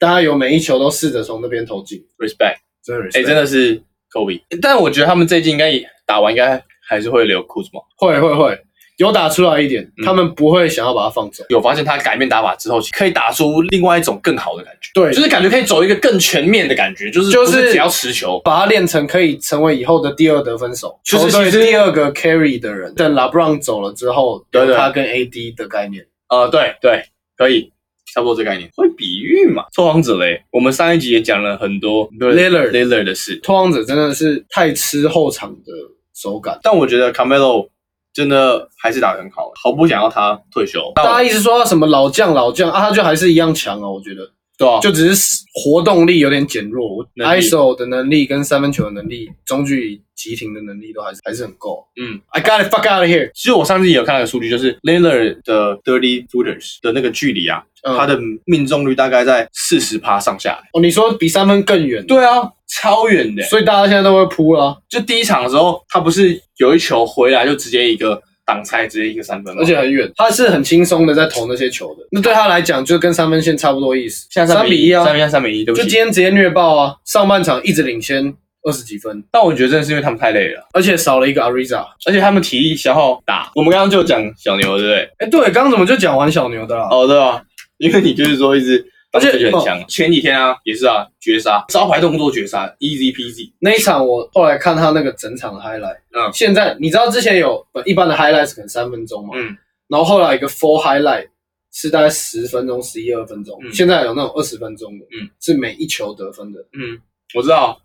Speaker 2: 大家有每一球都试着从那边投进，
Speaker 1: respect，
Speaker 2: 真的
Speaker 1: 哎，真的是 Kobe，但我觉得他们这一季应该也打完应该还是会留库兹马，
Speaker 2: 会会会有打出来一点，
Speaker 1: 嗯
Speaker 2: 他们不会想要把它放走。
Speaker 1: 有发现他改变打法之后，可以打出另外一种更好的感觉，
Speaker 2: 对，
Speaker 1: 就是感觉可以走一个更全面的感觉，就是
Speaker 2: 就
Speaker 1: 就是只要持球，
Speaker 2: 把他练成可以成为以后的第二得分手，
Speaker 1: 就是
Speaker 2: 球
Speaker 1: 其
Speaker 2: 队
Speaker 1: 实
Speaker 2: 第二个 carry 的人。等 LeBron 走了之后，
Speaker 1: 对对
Speaker 2: 有他跟 AD 的概念，
Speaker 1: 呃，对对，可以。差不多这个概念，会比喻嘛？拓荒者嘞，我们上一集也讲了很多
Speaker 2: Lillard
Speaker 1: Lillard 的事，
Speaker 2: 拓荒者真的是太吃后场的手感。
Speaker 1: 但我觉得 Camelo 真的还是打得很好，好不想要他退休。
Speaker 2: 大家一直说他什么老将老将啊，他就还是一样强啊，我觉得
Speaker 1: 对啊，就
Speaker 2: 就只是活动力有点减弱我
Speaker 1: 能力
Speaker 2: ，ISO 的能力跟三分球的能力、中距离急停的能力都还是还是很够。
Speaker 1: 嗯，
Speaker 2: I got it, fuck out of here！
Speaker 1: 其实我上次也有看到一个数据，就是 Lillard 的 Dirty Footers 的那个距离啊，
Speaker 2: 嗯
Speaker 1: 他的命中率大概在四十趴上下。
Speaker 2: 哦，你说比三分更远，，
Speaker 1: 对啊，超远的。
Speaker 2: 所以大家现在都会扑啦、
Speaker 1: 就第一场的时候，他不是有一球回来就直接一个挡拆，直接一个三分吗？
Speaker 2: 而且很远，他是很轻松的在投那些球的，那对他来讲就跟三分线差不多意思，
Speaker 1: 现在
Speaker 2: 三比一啊，
Speaker 1: 三比一，三比一，对
Speaker 2: 就
Speaker 1: 不
Speaker 2: 今
Speaker 1: 起。
Speaker 2: 天直接虐爆啊，上半场一直领先二十几分，
Speaker 1: 但我觉得真的是因为他们太累了，
Speaker 2: 而且少了一个 Ariza。
Speaker 1: 而且他们体力消耗大。我们刚刚就讲小牛，对不对？
Speaker 2: 哎，对，刚刚怎么就讲完小牛的啦？
Speaker 1: 哦，对啊，因为你就是说一直，
Speaker 2: 而且
Speaker 1: 当时就很强。前几天啊，也是啊，绝杀，招牌动作绝杀，easy peasy。
Speaker 2: 那一场我后来看他那个整场的 highlight，
Speaker 1: 嗯
Speaker 2: 现在你知道之前有呃一般的 highlight 可能三分钟嘛，
Speaker 1: 嗯，
Speaker 2: 然后后来一个 full highlight 是大概十分钟、十一二分钟，
Speaker 1: 嗯
Speaker 2: 现在有那种二十分钟的，
Speaker 1: 嗯，
Speaker 2: 是每一球得分的，
Speaker 1: 嗯，我知道，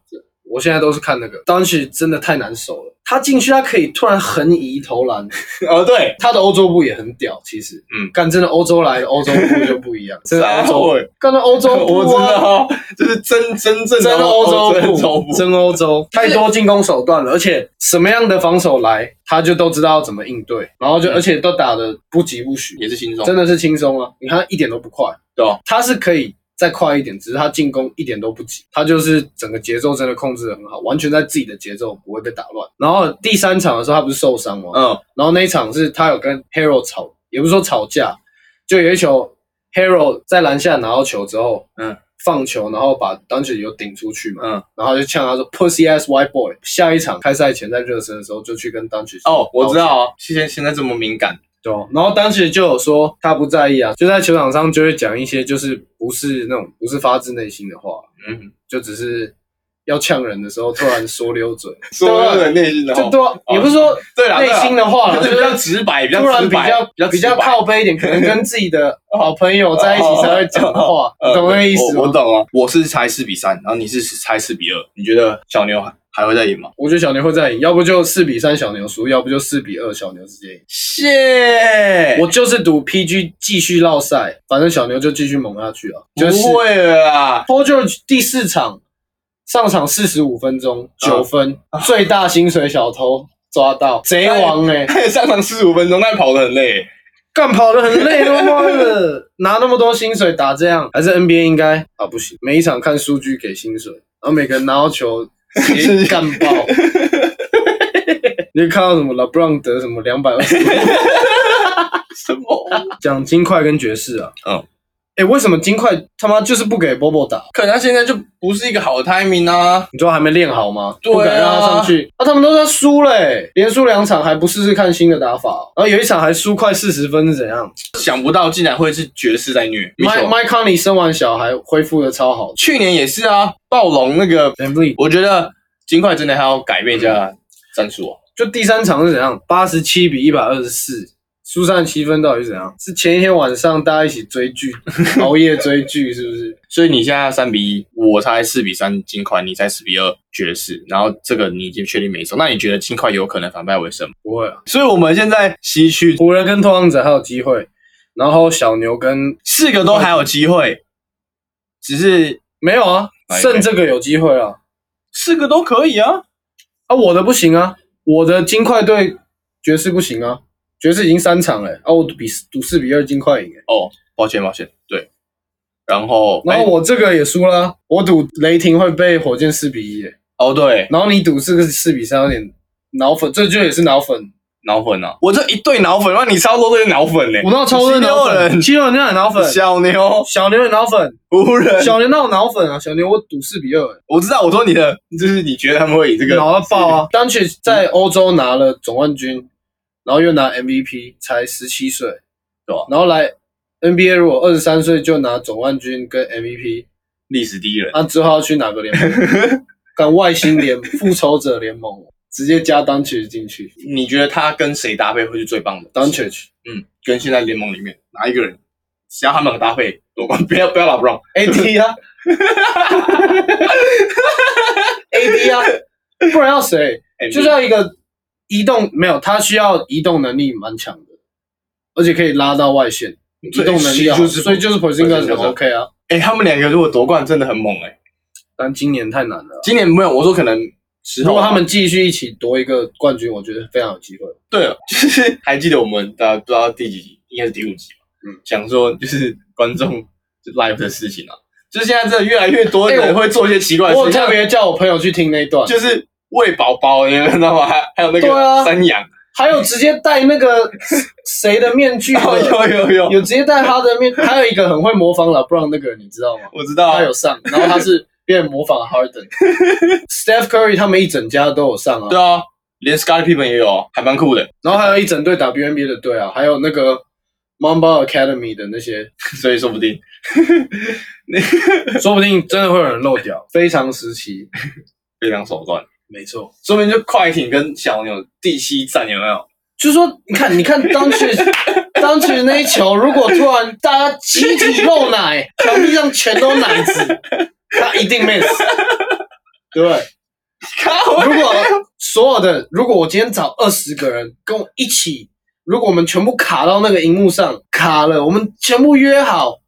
Speaker 2: 我现在都是看那个，当时真的太难守了。他进去，他可以突然横移投篮，
Speaker 1: 哦，对，
Speaker 2: 他的欧洲步也很屌。其实，
Speaker 1: 嗯
Speaker 2: 干真的欧洲来的欧洲步就不一 样，真的欧
Speaker 1: 傻
Speaker 2: 洲
Speaker 1: 会，
Speaker 2: 干到欧洲步
Speaker 1: 我知
Speaker 2: 啊，
Speaker 1: 道，就是真真正
Speaker 2: 真
Speaker 1: 的
Speaker 2: 的欧
Speaker 1: 真
Speaker 2: 洲
Speaker 1: 洲
Speaker 2: 步，真欧洲，太多进攻手段了，而且什么样的防守来，他就都知道怎么应对，然后就
Speaker 1: 嗯
Speaker 2: 而且都打得不疾不徐，
Speaker 1: 也是轻松，
Speaker 2: 真的是轻松啊！你看他一点都不快，
Speaker 1: 对啊
Speaker 2: 他是可以再快一点，只是他进攻一点都不急，他就是整个节奏真的控制的很好，完全在自己的节奏不会被打乱。然后第三场的时候他不是受伤吗？
Speaker 1: 嗯，
Speaker 2: 然后那一场是他有跟 Hero 吵，也不是说吵架，就有一球 Hero 在篮下拿到球之后，
Speaker 1: 嗯，
Speaker 2: 放球，然后把 d u n c 有顶出去嘛，
Speaker 1: 嗯，
Speaker 2: 然后他就呛他说 pussy ass white boy。下一场开赛前在热身的时候就去跟 d u n c
Speaker 1: 哦，我知，道哦，现在现在这么敏感，
Speaker 2: 对哦、然后 d u n c 就有说他不在意啊，就在球场上就会讲一些就是不是那种不是发自内心的话，
Speaker 1: 嗯，
Speaker 2: 就只是要呛人的时候突然说溜嘴，
Speaker 1: 说有点内心的话哦
Speaker 2: 就，对、啊，也不是说
Speaker 1: 啊对啦，
Speaker 2: 内心的话啦，
Speaker 1: 就是
Speaker 2: 就
Speaker 1: 比较
Speaker 2: 是
Speaker 1: 直白，比较
Speaker 2: 突然
Speaker 1: 直
Speaker 2: 比
Speaker 1: 白
Speaker 2: 较
Speaker 1: 比较
Speaker 2: 比
Speaker 1: 直
Speaker 2: 较
Speaker 1: 白
Speaker 2: 靠背一点，可能跟自己的好朋友在一起才会讲的话，
Speaker 1: 呃
Speaker 2: 你懂那个意思吗？
Speaker 1: 我我。懂啊，我是猜四比三，然后你是猜四比二，你觉得小牛还还会再赢吗？
Speaker 2: 我觉得小牛会再赢，要不就四比三小牛输，要不就四比二小牛直接赢。
Speaker 1: 谢
Speaker 2: 我就是赌 PG 继续绕赛，反正小牛就继续猛下去啊。就是
Speaker 1: 不会了啊，
Speaker 2: Paul George 第四场上场四十五分钟九分，最大薪水小偷抓到贼王哎、
Speaker 1: 他也 上场四十五分钟，但跑得很累。
Speaker 2: 干跑的很累了，妈的，拿那么多薪水打这样，还是 NBA 应该啊不行，每一场看数据给薪水，然后每个人拿到 球直接干爆。你看到什么 LeBron 得什么两百二十
Speaker 1: 什么？
Speaker 2: 讲金块跟爵士啊？
Speaker 1: 嗯，
Speaker 2: 哎、为什么金块他妈就是不给 Bobo 打？
Speaker 1: 可能他现在就不是一个好的 timing 啊。
Speaker 2: 你知道还没练好吗？
Speaker 1: 对啊
Speaker 2: 不敢让他上去。啊，他们都在输嘞、连输两场还不试试看新的打法，然后有一场还输快四十分是怎样
Speaker 1: 想不到竟然会是爵士在虐。
Speaker 2: ？Mike Mike Conley 生完小孩恢复的超好
Speaker 1: 去年也是啊，暴龙那个，
Speaker 2: b a m b l
Speaker 1: 我觉得金块真的还要改变一下战术啊。
Speaker 2: 就第三场是怎样？八十七比一百二十四，输三十七分到底是怎样？是前一天晚上大家一起 追剧，熬夜追剧是不是？
Speaker 1: 所以你现在三比一，我猜四比三金块，你猜四比二爵士，然后这个你已经确定没错。那你觉得金块有可能反败为胜吗？
Speaker 2: 不会啊，
Speaker 1: 所以我们现在西区
Speaker 2: 湖人跟拓荒者还有机会，然后小牛跟
Speaker 1: 四个都还有机会，只是
Speaker 2: 没有啊，
Speaker 1: 哪一队
Speaker 2: 剩这个有机会啊。
Speaker 1: 四个都可以啊。
Speaker 2: 啊，我的不行啊，我的金块对爵士不行啊，爵士已经三场了、欸，啊，我赌比赌四比二金块赢、欸，
Speaker 1: 哦，抱歉抱歉，对。然后，
Speaker 2: 然
Speaker 1: 哎
Speaker 2: 后我这个也输了啊、我赌雷霆会被火箭四比一、欸，
Speaker 1: 哦对，
Speaker 2: 然后你赌这个四比三，有点脑粉，这就也是脑粉，
Speaker 1: 脑粉啊，我这一对脑粉，那你超多对脑粉呢、
Speaker 2: 我那超热
Speaker 1: 七
Speaker 2: 脑
Speaker 1: 六人
Speaker 2: 粉，七六人那有脑粉，
Speaker 1: 小牛、
Speaker 2: 小牛有脑粉，
Speaker 1: 湖人，
Speaker 2: 小牛那有脑粉啊，小牛我赌四比二、欸。
Speaker 1: 我知道，我说你的就是你觉得他们会以这个
Speaker 2: 脑到爆啊！单曲在欧洲拿了总冠军，然后又拿 MVP，才十七岁，
Speaker 1: 对吧
Speaker 2: 然后来 NBA 如果二十三岁就拿总冠军跟 MVP，
Speaker 1: 历史第一人，
Speaker 2: 那、之后要去哪个联 盟？跟外星联复仇者联盟，直接加单曲进去，
Speaker 1: 你觉得他跟谁搭配会是最棒的？
Speaker 2: 单曲。
Speaker 1: 嗯，跟现在联盟里面哪一个人，只要他们有搭配夺冠， 不要不要老 Brown，
Speaker 2: AD 啊，AD 啊，不然要谁？
Speaker 1: 哎
Speaker 2: 就是要一个移动没有，他需要移动能力蛮强的，而且可以拉到外线，移
Speaker 1: 所以
Speaker 2: 动能力要好，
Speaker 1: 就是
Speaker 2: 所以就是 p o r z i n g i s 很
Speaker 1: Porzingis
Speaker 2: OK 啊。
Speaker 1: 哎、他们两个如果夺冠真的很猛哎、
Speaker 2: 但今年太难了啊，
Speaker 1: 今年没有，我说可能时
Speaker 2: 如
Speaker 1: 候
Speaker 2: 果
Speaker 1: 啊
Speaker 2: 他们继续一起夺一个冠军，我觉得非常有机会。
Speaker 1: 对 了，就是还记得我们大家不知道第几集，应该是第五集吧，
Speaker 2: 嗯
Speaker 1: 讲说就是观众就 live 的事情啊，就是现在真的越来越多
Speaker 2: 哎我
Speaker 1: 人会做一些奇怪的
Speaker 2: 我有
Speaker 1: 事情，
Speaker 2: 特别叫我朋友去听那一段，
Speaker 1: 就是喂宝宝，你们知道吗？还还有那
Speaker 2: 对啊
Speaker 1: 个山羊，
Speaker 2: 还有直接戴 那个谁的面具的
Speaker 1: 哦有有有，
Speaker 2: 有直接戴他的面，还有一个很会模仿 LeBron 那个人，你知道吗？
Speaker 1: 我知道啊
Speaker 2: 他，有上，然后他是变模仿 Harden、Steph Curry 他们一整家都有上啊
Speaker 1: 对。啊，连 Scottie Pippen 也有啊，还蛮酷的，
Speaker 2: 然后还有一整队 WNBA 的队啊，还有那个 Mamba Academy 的那些，
Speaker 1: 所以说不定
Speaker 2: 说不定真的会有人漏掉。非常时期，
Speaker 1: 非常手段，
Speaker 2: 没错，
Speaker 1: 说明就快艇跟小牛第七战有没有？
Speaker 2: 就是说，你看，你看当时当时那一球，如果突然大家集体漏奶，墙壁上全都奶子，他一定 miss，对不对？
Speaker 1: 靠
Speaker 2: 如果所有的，如果我今天找二十个人跟我一起，如果我们全部卡到那个荧幕上，卡了，我们全部约好，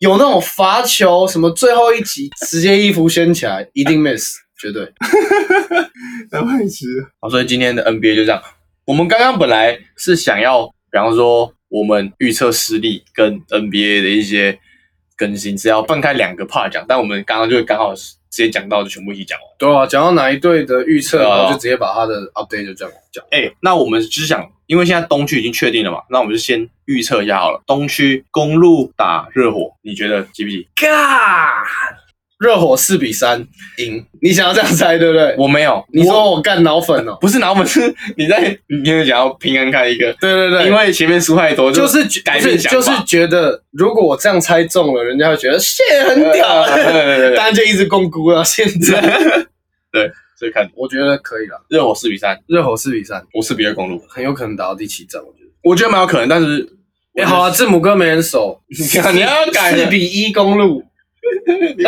Speaker 2: 有那种罚球什么，最后一集直接衣服掀起来，一定 miss，绝对。
Speaker 1: 太吃。好，所以今天的 NBA 就这样。我们刚刚本来是想要，比方说我们预测实力跟 NBA 的一些更新是要分开两个 part 讲，但我们刚刚就刚好直接讲到，就全部一起讲完。
Speaker 2: 对啊，讲到哪一队的预测，
Speaker 1: 对啊
Speaker 2: 然后就直接把他的 update 就这样讲。
Speaker 1: 哎、那我们只想，因为现在东区已经确定了嘛，那我们就先预测一下好了。东区公路打热火，你觉得急不急？
Speaker 2: 嘎，热火四比三赢，你想要这样猜对不对？
Speaker 1: 我没有，
Speaker 2: 你
Speaker 1: 我
Speaker 2: 说我干脑粉哦？
Speaker 1: 不是拿我们是 你在你就想要平安看一个，
Speaker 2: 对对对，
Speaker 1: 因为前面输太多，
Speaker 2: 就是觉
Speaker 1: 改
Speaker 2: 不
Speaker 1: 变
Speaker 2: 是
Speaker 1: 想法，
Speaker 2: 就是觉得，如果我这样猜中了，人家会觉得谢很屌，
Speaker 1: 对啊对 对对
Speaker 2: 当然就一直共估到啊现在。
Speaker 1: 所以看
Speaker 2: 我觉得可以了，
Speaker 1: 热火四比三，
Speaker 2: 热火四比三，
Speaker 1: 我四比二公路，
Speaker 2: 很有可能打到第七战，我觉得。
Speaker 1: 我觉得蛮有可能，但是
Speaker 2: 哎、好啊，字母哥没人守，
Speaker 1: 你看你要改
Speaker 2: 四比一公路，
Speaker 1: 领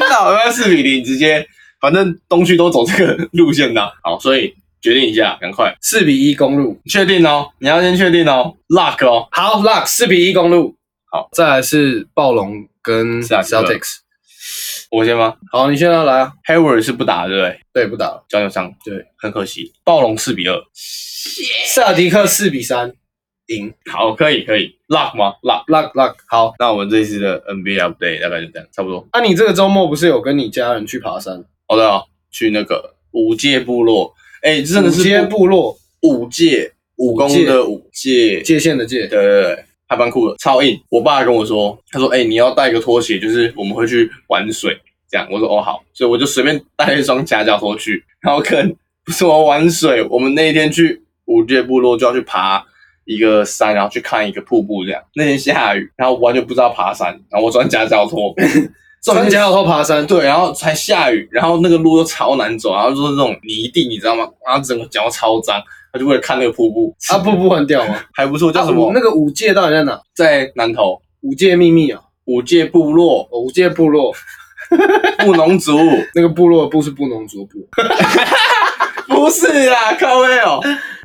Speaker 1: 导要四比零，直接反正东区都走这个路线的，啊好，所以决定一下，赶快
Speaker 2: 四比一公路。
Speaker 1: 确定哦，你要先确定哦，luck 哦，
Speaker 2: 好，Luck 四比一公路。
Speaker 1: 好，
Speaker 2: 再来是暴龙跟
Speaker 1: 是啊这个
Speaker 2: Celtics。
Speaker 1: 我先吗
Speaker 2: 好，你现在来啊。
Speaker 1: ？Hayward 是不打对不对？
Speaker 2: 对，不打了。
Speaker 1: 脚扭伤，
Speaker 2: 对，
Speaker 1: 很可惜。暴龙四比二，
Speaker 2: 塞尔迪克四比三赢。
Speaker 1: 好，可以可以，luck 吗？luck。
Speaker 2: Luck Luck 好。
Speaker 1: 那我们这一次的 NBA update 大概就这样，差不多。
Speaker 2: 那、你这个周末不是有跟你家人去爬山？
Speaker 1: 好的、哦，去那个五界部落，哎、真的是
Speaker 2: 五街部落
Speaker 1: 五界武功的五界，
Speaker 2: 界限的界。
Speaker 1: 对对对，还蛮酷的，超硬。我爸跟我说，他说：“哎、你要带一个拖鞋，就是我们会去玩水。”这样，我说：“哦，好。”所以我就随便带了一双夹脚拖去，然后跟不是我玩水，我们那一天去五界部落就要去爬一个山，然后去看一个瀑布，这样。那天下雨，然后我完全不知道爬山，然后我穿夹脚 拖，
Speaker 2: 穿夹脚拖爬山，
Speaker 1: 对，然后才下雨，然后那个路又超难走，然后就是那种泥地，你知道吗？然后整个脚超脏，他就为了看那个瀑布，
Speaker 2: 啊，瀑布很屌吗？
Speaker 1: 还不错，叫什么？
Speaker 2: 啊五那个五界到底在哪？
Speaker 1: 在南投
Speaker 2: 五界秘密啊，
Speaker 1: 五界部落
Speaker 2: 哦五界部落，
Speaker 1: 布农族，
Speaker 2: 那个部落的部是布农族的部。
Speaker 1: 不是啦，靠背 哦。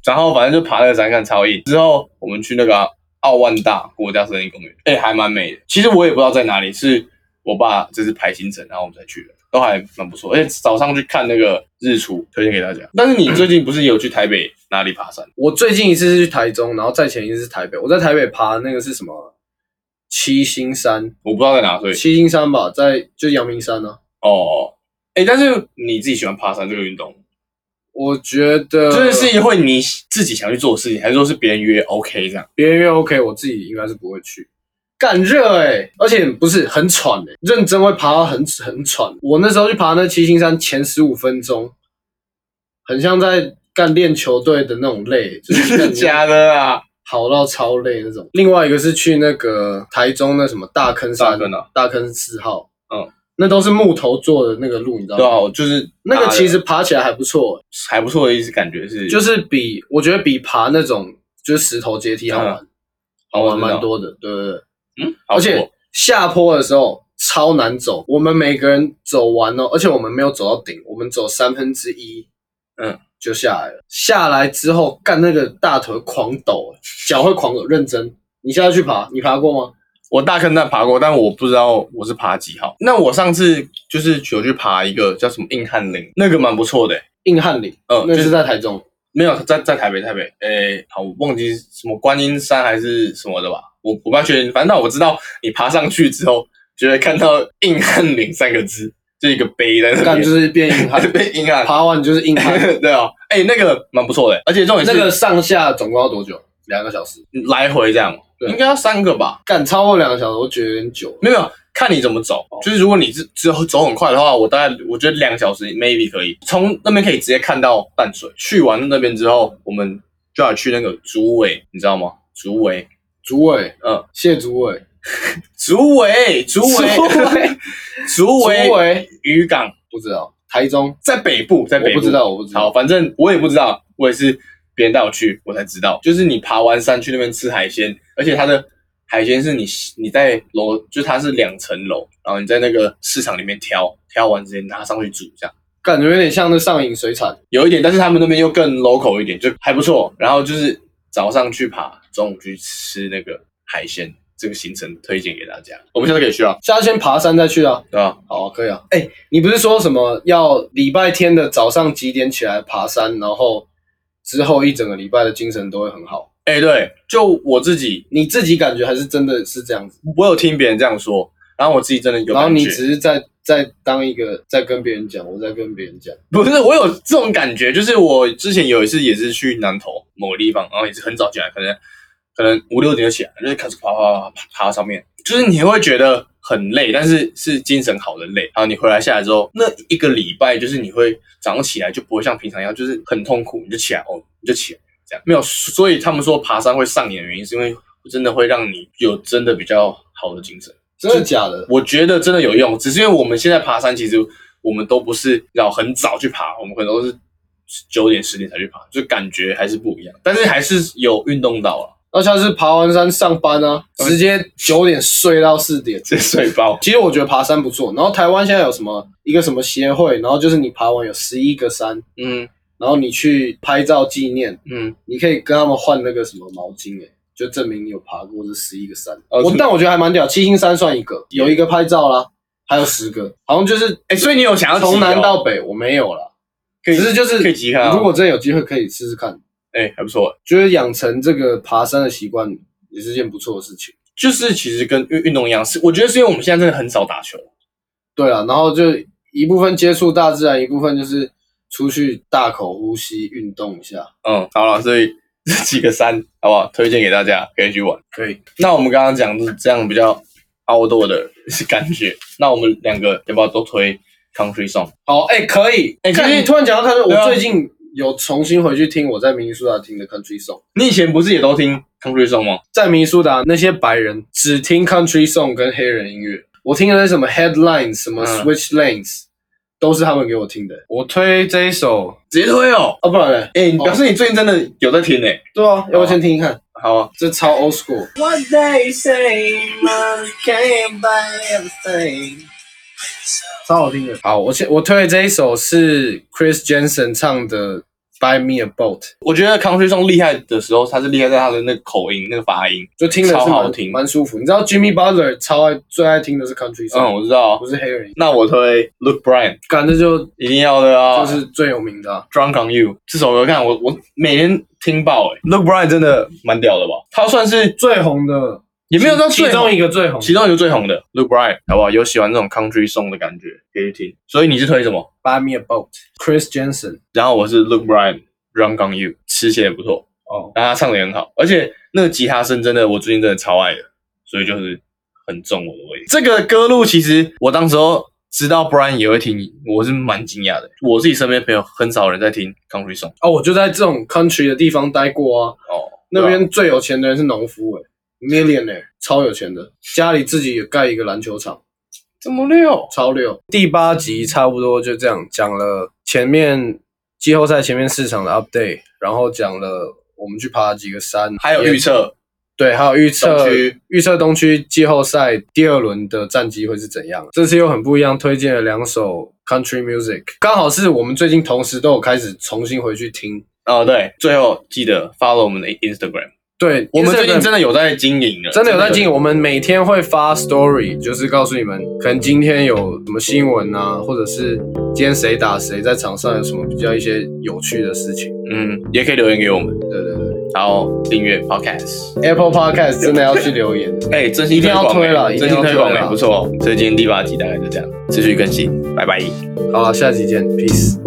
Speaker 1: 然后反正就爬那个山看超硬，之后我们去那个奥万大国家森林公园，哎、还蛮美的。其实我也不知道在哪里，是我爸这次排行程，然后我们才去的。都还蛮不错，而且早上去看那个日出，推荐给大家。但是你最近不是有去台北哪里爬山？
Speaker 2: 我最近一次是去台中，然后再前一次是台北。我在台北爬那个是什么？七星山，
Speaker 1: 我不知道在哪，所以
Speaker 2: 七星山吧，在就阳明山呢、啊。
Speaker 1: 哦，哎、但是你自己喜欢爬山这个运动，
Speaker 2: 我觉得
Speaker 1: 就是是会你自己想去做的事情，还是说是别人约 OK 这样？
Speaker 2: 别人约 OK，我自己应该是不会去。干热哎，而且不是很喘哎、认真会爬到很很喘。我那时候去爬那七星山前十五分钟，很像在干练球队的那种累，就是
Speaker 1: 真
Speaker 2: 干
Speaker 1: 的假的啊？
Speaker 2: 跑到超累那种。另外一个是去那个台中那什么大坑山，
Speaker 1: 大坑啊
Speaker 2: 大坑四号，
Speaker 1: 嗯，
Speaker 2: 那都是木头做的那个路，你知道
Speaker 1: 对
Speaker 2: 吗？
Speaker 1: 啊，我就是
Speaker 2: 那个
Speaker 1: 爬的
Speaker 2: 其实爬起来还不错、欸，
Speaker 1: 还不错的意思，感觉是
Speaker 2: 就是比我觉得比爬那种就是石头阶梯好玩，
Speaker 1: 哦
Speaker 2: 好玩蛮，多的，对对对。
Speaker 1: 嗯，好
Speaker 2: 而且下坡的时候超难走，我们每个人走完哦，而且我们没有走到顶，我们走三分之一，
Speaker 1: 嗯，
Speaker 2: 就下来了。下来之后，干那个大腿狂抖，脚会狂抖，认真。你现在去爬，你爬过吗？
Speaker 1: 我大坑蛋爬过，但我不知道我是爬几号。那我上次就是有去爬一个叫什么硬汉岭，那个蛮不错的、欸
Speaker 2: 硬汉岭，
Speaker 1: 嗯
Speaker 2: 那
Speaker 1: 就是
Speaker 2: 在台中，
Speaker 1: 没有在在台北，台北，诶、好，我忘记什么观音山还是什么的吧，我我不太确定。反正那我知道，你爬上去之后，就会看到“硬汉岭”三个字，就一个碑在那
Speaker 2: 干
Speaker 1: 边，，
Speaker 2: 就是变硬汉
Speaker 1: 被硬汉。
Speaker 2: 爬完就是硬 汉。
Speaker 1: 对啊，哎、那个蛮不错的，而且重点
Speaker 2: 那
Speaker 1: 是
Speaker 2: 个上下总共要多久？两个小时，
Speaker 1: 来回这样，
Speaker 2: 对
Speaker 1: 应该要三个吧？
Speaker 2: 干超过两个小时，我觉得有点久了。
Speaker 1: 没有没有，看你怎么走。
Speaker 2: 哦
Speaker 1: 就是如果你是之后走很快的话，我大概我觉得两小时 maybe 可以。从那边可以直接看到淡水。去完那边之后，我们就要去那个竹尾，你知道吗？竹尾，
Speaker 2: 竹尾，
Speaker 1: 嗯，
Speaker 2: 谢竹尾，
Speaker 1: 竹尾，竹尾，竹
Speaker 2: 竹
Speaker 1: 尾
Speaker 2: 尾，
Speaker 1: 渔港
Speaker 2: 不知道，台中，
Speaker 1: 在北部，在
Speaker 2: 我
Speaker 1: 北部
Speaker 2: 不知。道，我不知道。
Speaker 1: 好，反正我也不知道，我也是别人带我去，我才知道。就是你爬完山去那边吃海鲜，而且它的海鲜是你你在楼，就是它是两层楼，然后你在那个市场里面挑，挑完直接拿上去煮，这样
Speaker 2: 感觉有点像那上瘾水产，
Speaker 1: 有一点。但是他们那边又更 local 一点，就还不错。然后就是早上去爬，中午去吃那个海鲜，这个行程推荐给大家。我们下次可以去啊，
Speaker 2: 下次先爬山再去啊。
Speaker 1: 对吧？
Speaker 2: 好啊，可以啊。哎、你不是说什么要礼拜天的早上几点起来爬山，然后之后一整个礼拜的精神都会很好？
Speaker 1: 哎、对，就我自己
Speaker 2: 你自己感觉还是真的是这样子？
Speaker 1: 我有听别人这样说，然后我自己真的有
Speaker 2: 然后
Speaker 1: 感
Speaker 2: 你
Speaker 1: 觉
Speaker 2: 只是在在当一个在跟别人讲，我在跟别人讲，
Speaker 1: 不是，我有这种感觉，就是我之前有一次也是去南投某个地方，然后也是很早起来，可能可能五六点就起来，就是开始爬爬爬爬爬到上面，就是你会觉得很累，但是是精神好的累。然后你回来下来之后，那一个礼拜就是你会早上起来就不会像平常一样，就是很痛苦，你就起来哦，你就起来这样没有。所以他们说爬山会上瘾的原因，是因为真的会让你有真的比较好的精神。
Speaker 2: 真的假的？
Speaker 1: 我觉得真的有用，只是因为我们现在爬山，其实我们都不是要很早去爬，我们可能都是九点十点才去爬，就感觉还是不一样，但是还是有运动到啊，
Speaker 2: 那下次爬完山上班啊，直接九点睡到四点。
Speaker 1: 这睡包。
Speaker 2: 其实我觉得爬山不错。然后台湾现在有什么一个什么协会，然后就是你爬完有十一个山，
Speaker 1: 嗯
Speaker 2: 然后你去拍照纪念，
Speaker 1: 嗯，
Speaker 2: 你可以跟他们换那个什么毛巾、欸，就证明你有爬过这十一个山。
Speaker 1: 哦
Speaker 2: 我
Speaker 1: 是
Speaker 2: 但我觉得还蛮屌，七星山算一个，有一个拍照啦，还有十个，好像就是欸
Speaker 1: 哎、所以你有想要
Speaker 2: 从
Speaker 1: 集哦
Speaker 2: 南到北我没有啦，
Speaker 1: 可以
Speaker 2: 只是就是
Speaker 1: 可以集看啊
Speaker 2: 如果真的有机会可以试试看，
Speaker 1: 哎、还不错，
Speaker 2: 觉得养成这个爬山的习惯也是件不错的事情。
Speaker 1: 就是其实跟运运动一样，是我觉得是因为我们现在真的很少打球，
Speaker 2: 对啊，然后就一部分接触大自然，一部分就是出去大口呼吸运动一下。
Speaker 1: 嗯，好了，所以这几个山好不好？推荐给大家，可以去玩。
Speaker 2: 可以，
Speaker 1: 那我们刚刚讲的是这样比较 outdoor 的感觉，那我们两个要不要都推 country song？
Speaker 2: 好，哎、可以。
Speaker 1: 哎
Speaker 2: 看
Speaker 1: 其实
Speaker 2: 你突然讲到他说，
Speaker 1: 对啊
Speaker 2: 我最近有重新回去听我在明尼苏达听的 country song。
Speaker 1: 你以前不是也都听 country song 吗？
Speaker 2: 在明尼苏达那些白人只听 country song 跟黑人音乐，我听的那什么 headlines 什么
Speaker 1: 嗯
Speaker 2: switch lanes、都是他们给我听的。我推这一首
Speaker 1: 直接推哦！
Speaker 2: 啊，不然嘞，
Speaker 1: 哎、你表示你最近真的有在听呢、
Speaker 2: 对啊，要不要先听听看？
Speaker 1: 好啊，
Speaker 2: 这超 old school。
Speaker 3: What they say, money can't buy everything.
Speaker 2: 超好听的。好，我先我推的这一首是 Chris Jensen 唱的《Buy Me a Boat》，
Speaker 1: 我觉得 country song 厉害的时候，它是厉害在它的那个口音、那个发音。
Speaker 2: 就听了
Speaker 1: 超
Speaker 2: 是
Speaker 1: 好
Speaker 2: 蛮
Speaker 1: 听
Speaker 2: 蛮舒服。你知道 Jimmy Butler 超爱最爱听的是 Country
Speaker 1: 嗯，
Speaker 2: song，、
Speaker 1: 我知道啊
Speaker 2: 不。是黑人，
Speaker 1: 那我推 Luke Bryan，
Speaker 2: 感觉就
Speaker 1: 一定要的啊，
Speaker 2: 就是最有名的啊、
Speaker 1: Drunk on You 这首歌，看我我每天听爆哎、Luke Bryan 真的蛮屌的吧？他算是
Speaker 2: 最红的，
Speaker 1: 也没有到
Speaker 2: 其
Speaker 1: 最红
Speaker 2: 中一个最红，
Speaker 1: 其中一个最红的 Luke Bryan，好不好？有喜欢这种 country song 的感觉，可以听。所以你是推什么？
Speaker 2: 《Buy Me a Boat》Chris Jensen。
Speaker 1: 然后我是 Luke Bryan，Drunk on You，词写也不错，
Speaker 2: 哦，
Speaker 1: 然后他唱的也很好，而且那个吉他声真的，我最近真的超爱的，所以就是很中我的胃。这个歌路其实我当时候知道 Bryan 也会听，我是蛮惊讶的。我自己身边朋友很少人在听 country song
Speaker 2: 哦，我就在这种 Country 的地方待过啊，
Speaker 1: 哦，
Speaker 2: 那
Speaker 1: 对啊
Speaker 2: 边最有钱的人是农夫、欸，millionaire，超有钱的，家里自己也盖一个篮球场。
Speaker 1: 这么溜，
Speaker 2: 超六。第八集差不多就这样讲了前面季后赛前面市场的 update，然后讲了我们去爬几个山，
Speaker 1: 还有
Speaker 2: 也
Speaker 1: 预测，
Speaker 2: 对，还有预测
Speaker 1: 东区
Speaker 2: 预测东区季后赛第二轮的战绩会是怎样。这次又很不一样，推荐了两首 country music，刚好是我们最近同时都有开始重新回去听。
Speaker 1: 哦对，最后记得 follow 我们的 Instagram，
Speaker 2: 对，
Speaker 1: 我们最近
Speaker 2: Instagram
Speaker 1: 真的有在经营了，
Speaker 2: 真的有在经营，我们每天会发 story，就是告诉你们，可能今天有什么新闻啊，或者是今天谁打谁，在场上有什么比较一些有趣的事情。
Speaker 1: 嗯，也可以留言给我们，
Speaker 2: 对对对
Speaker 1: 然后订阅 Podcast。
Speaker 2: ，Apple Podcast 真的要去留言。
Speaker 1: 哎、真心
Speaker 2: 一定要
Speaker 1: 广
Speaker 2: 推
Speaker 1: 欸
Speaker 2: 了一定
Speaker 1: 真心
Speaker 2: 要
Speaker 1: 推
Speaker 2: 推
Speaker 1: 广哎、
Speaker 2: 了
Speaker 1: 不错哦。所以今天第八集大概就这样，持续更新，拜拜。
Speaker 2: 好了，下期见，peace。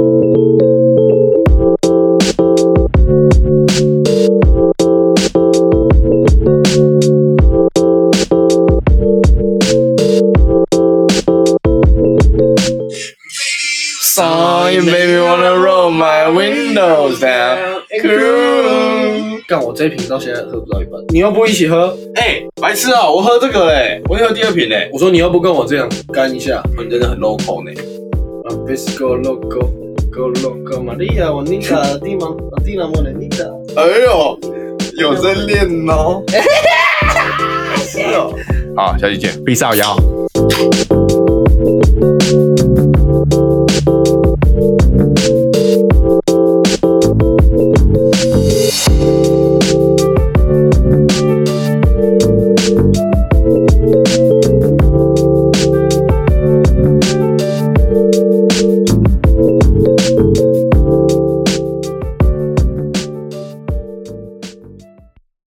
Speaker 1: Saw you, baby, wanna roll my windows down.
Speaker 2: 干，我这一瓶到现在喝不到一半，你又不一起喝，
Speaker 1: 哎、白痴啊、我喝这个嘞、我喝第二瓶嘞、
Speaker 2: 我说你又不跟我这样干一下。
Speaker 1: 你真的很 local 呢、
Speaker 2: 啊，peace go loco go loco Maria bonita d i m a d i n a morenita。
Speaker 1: 哎呦，有在练 哦。白痴哦、好，下期见，闭上牙。
Speaker 3: Thank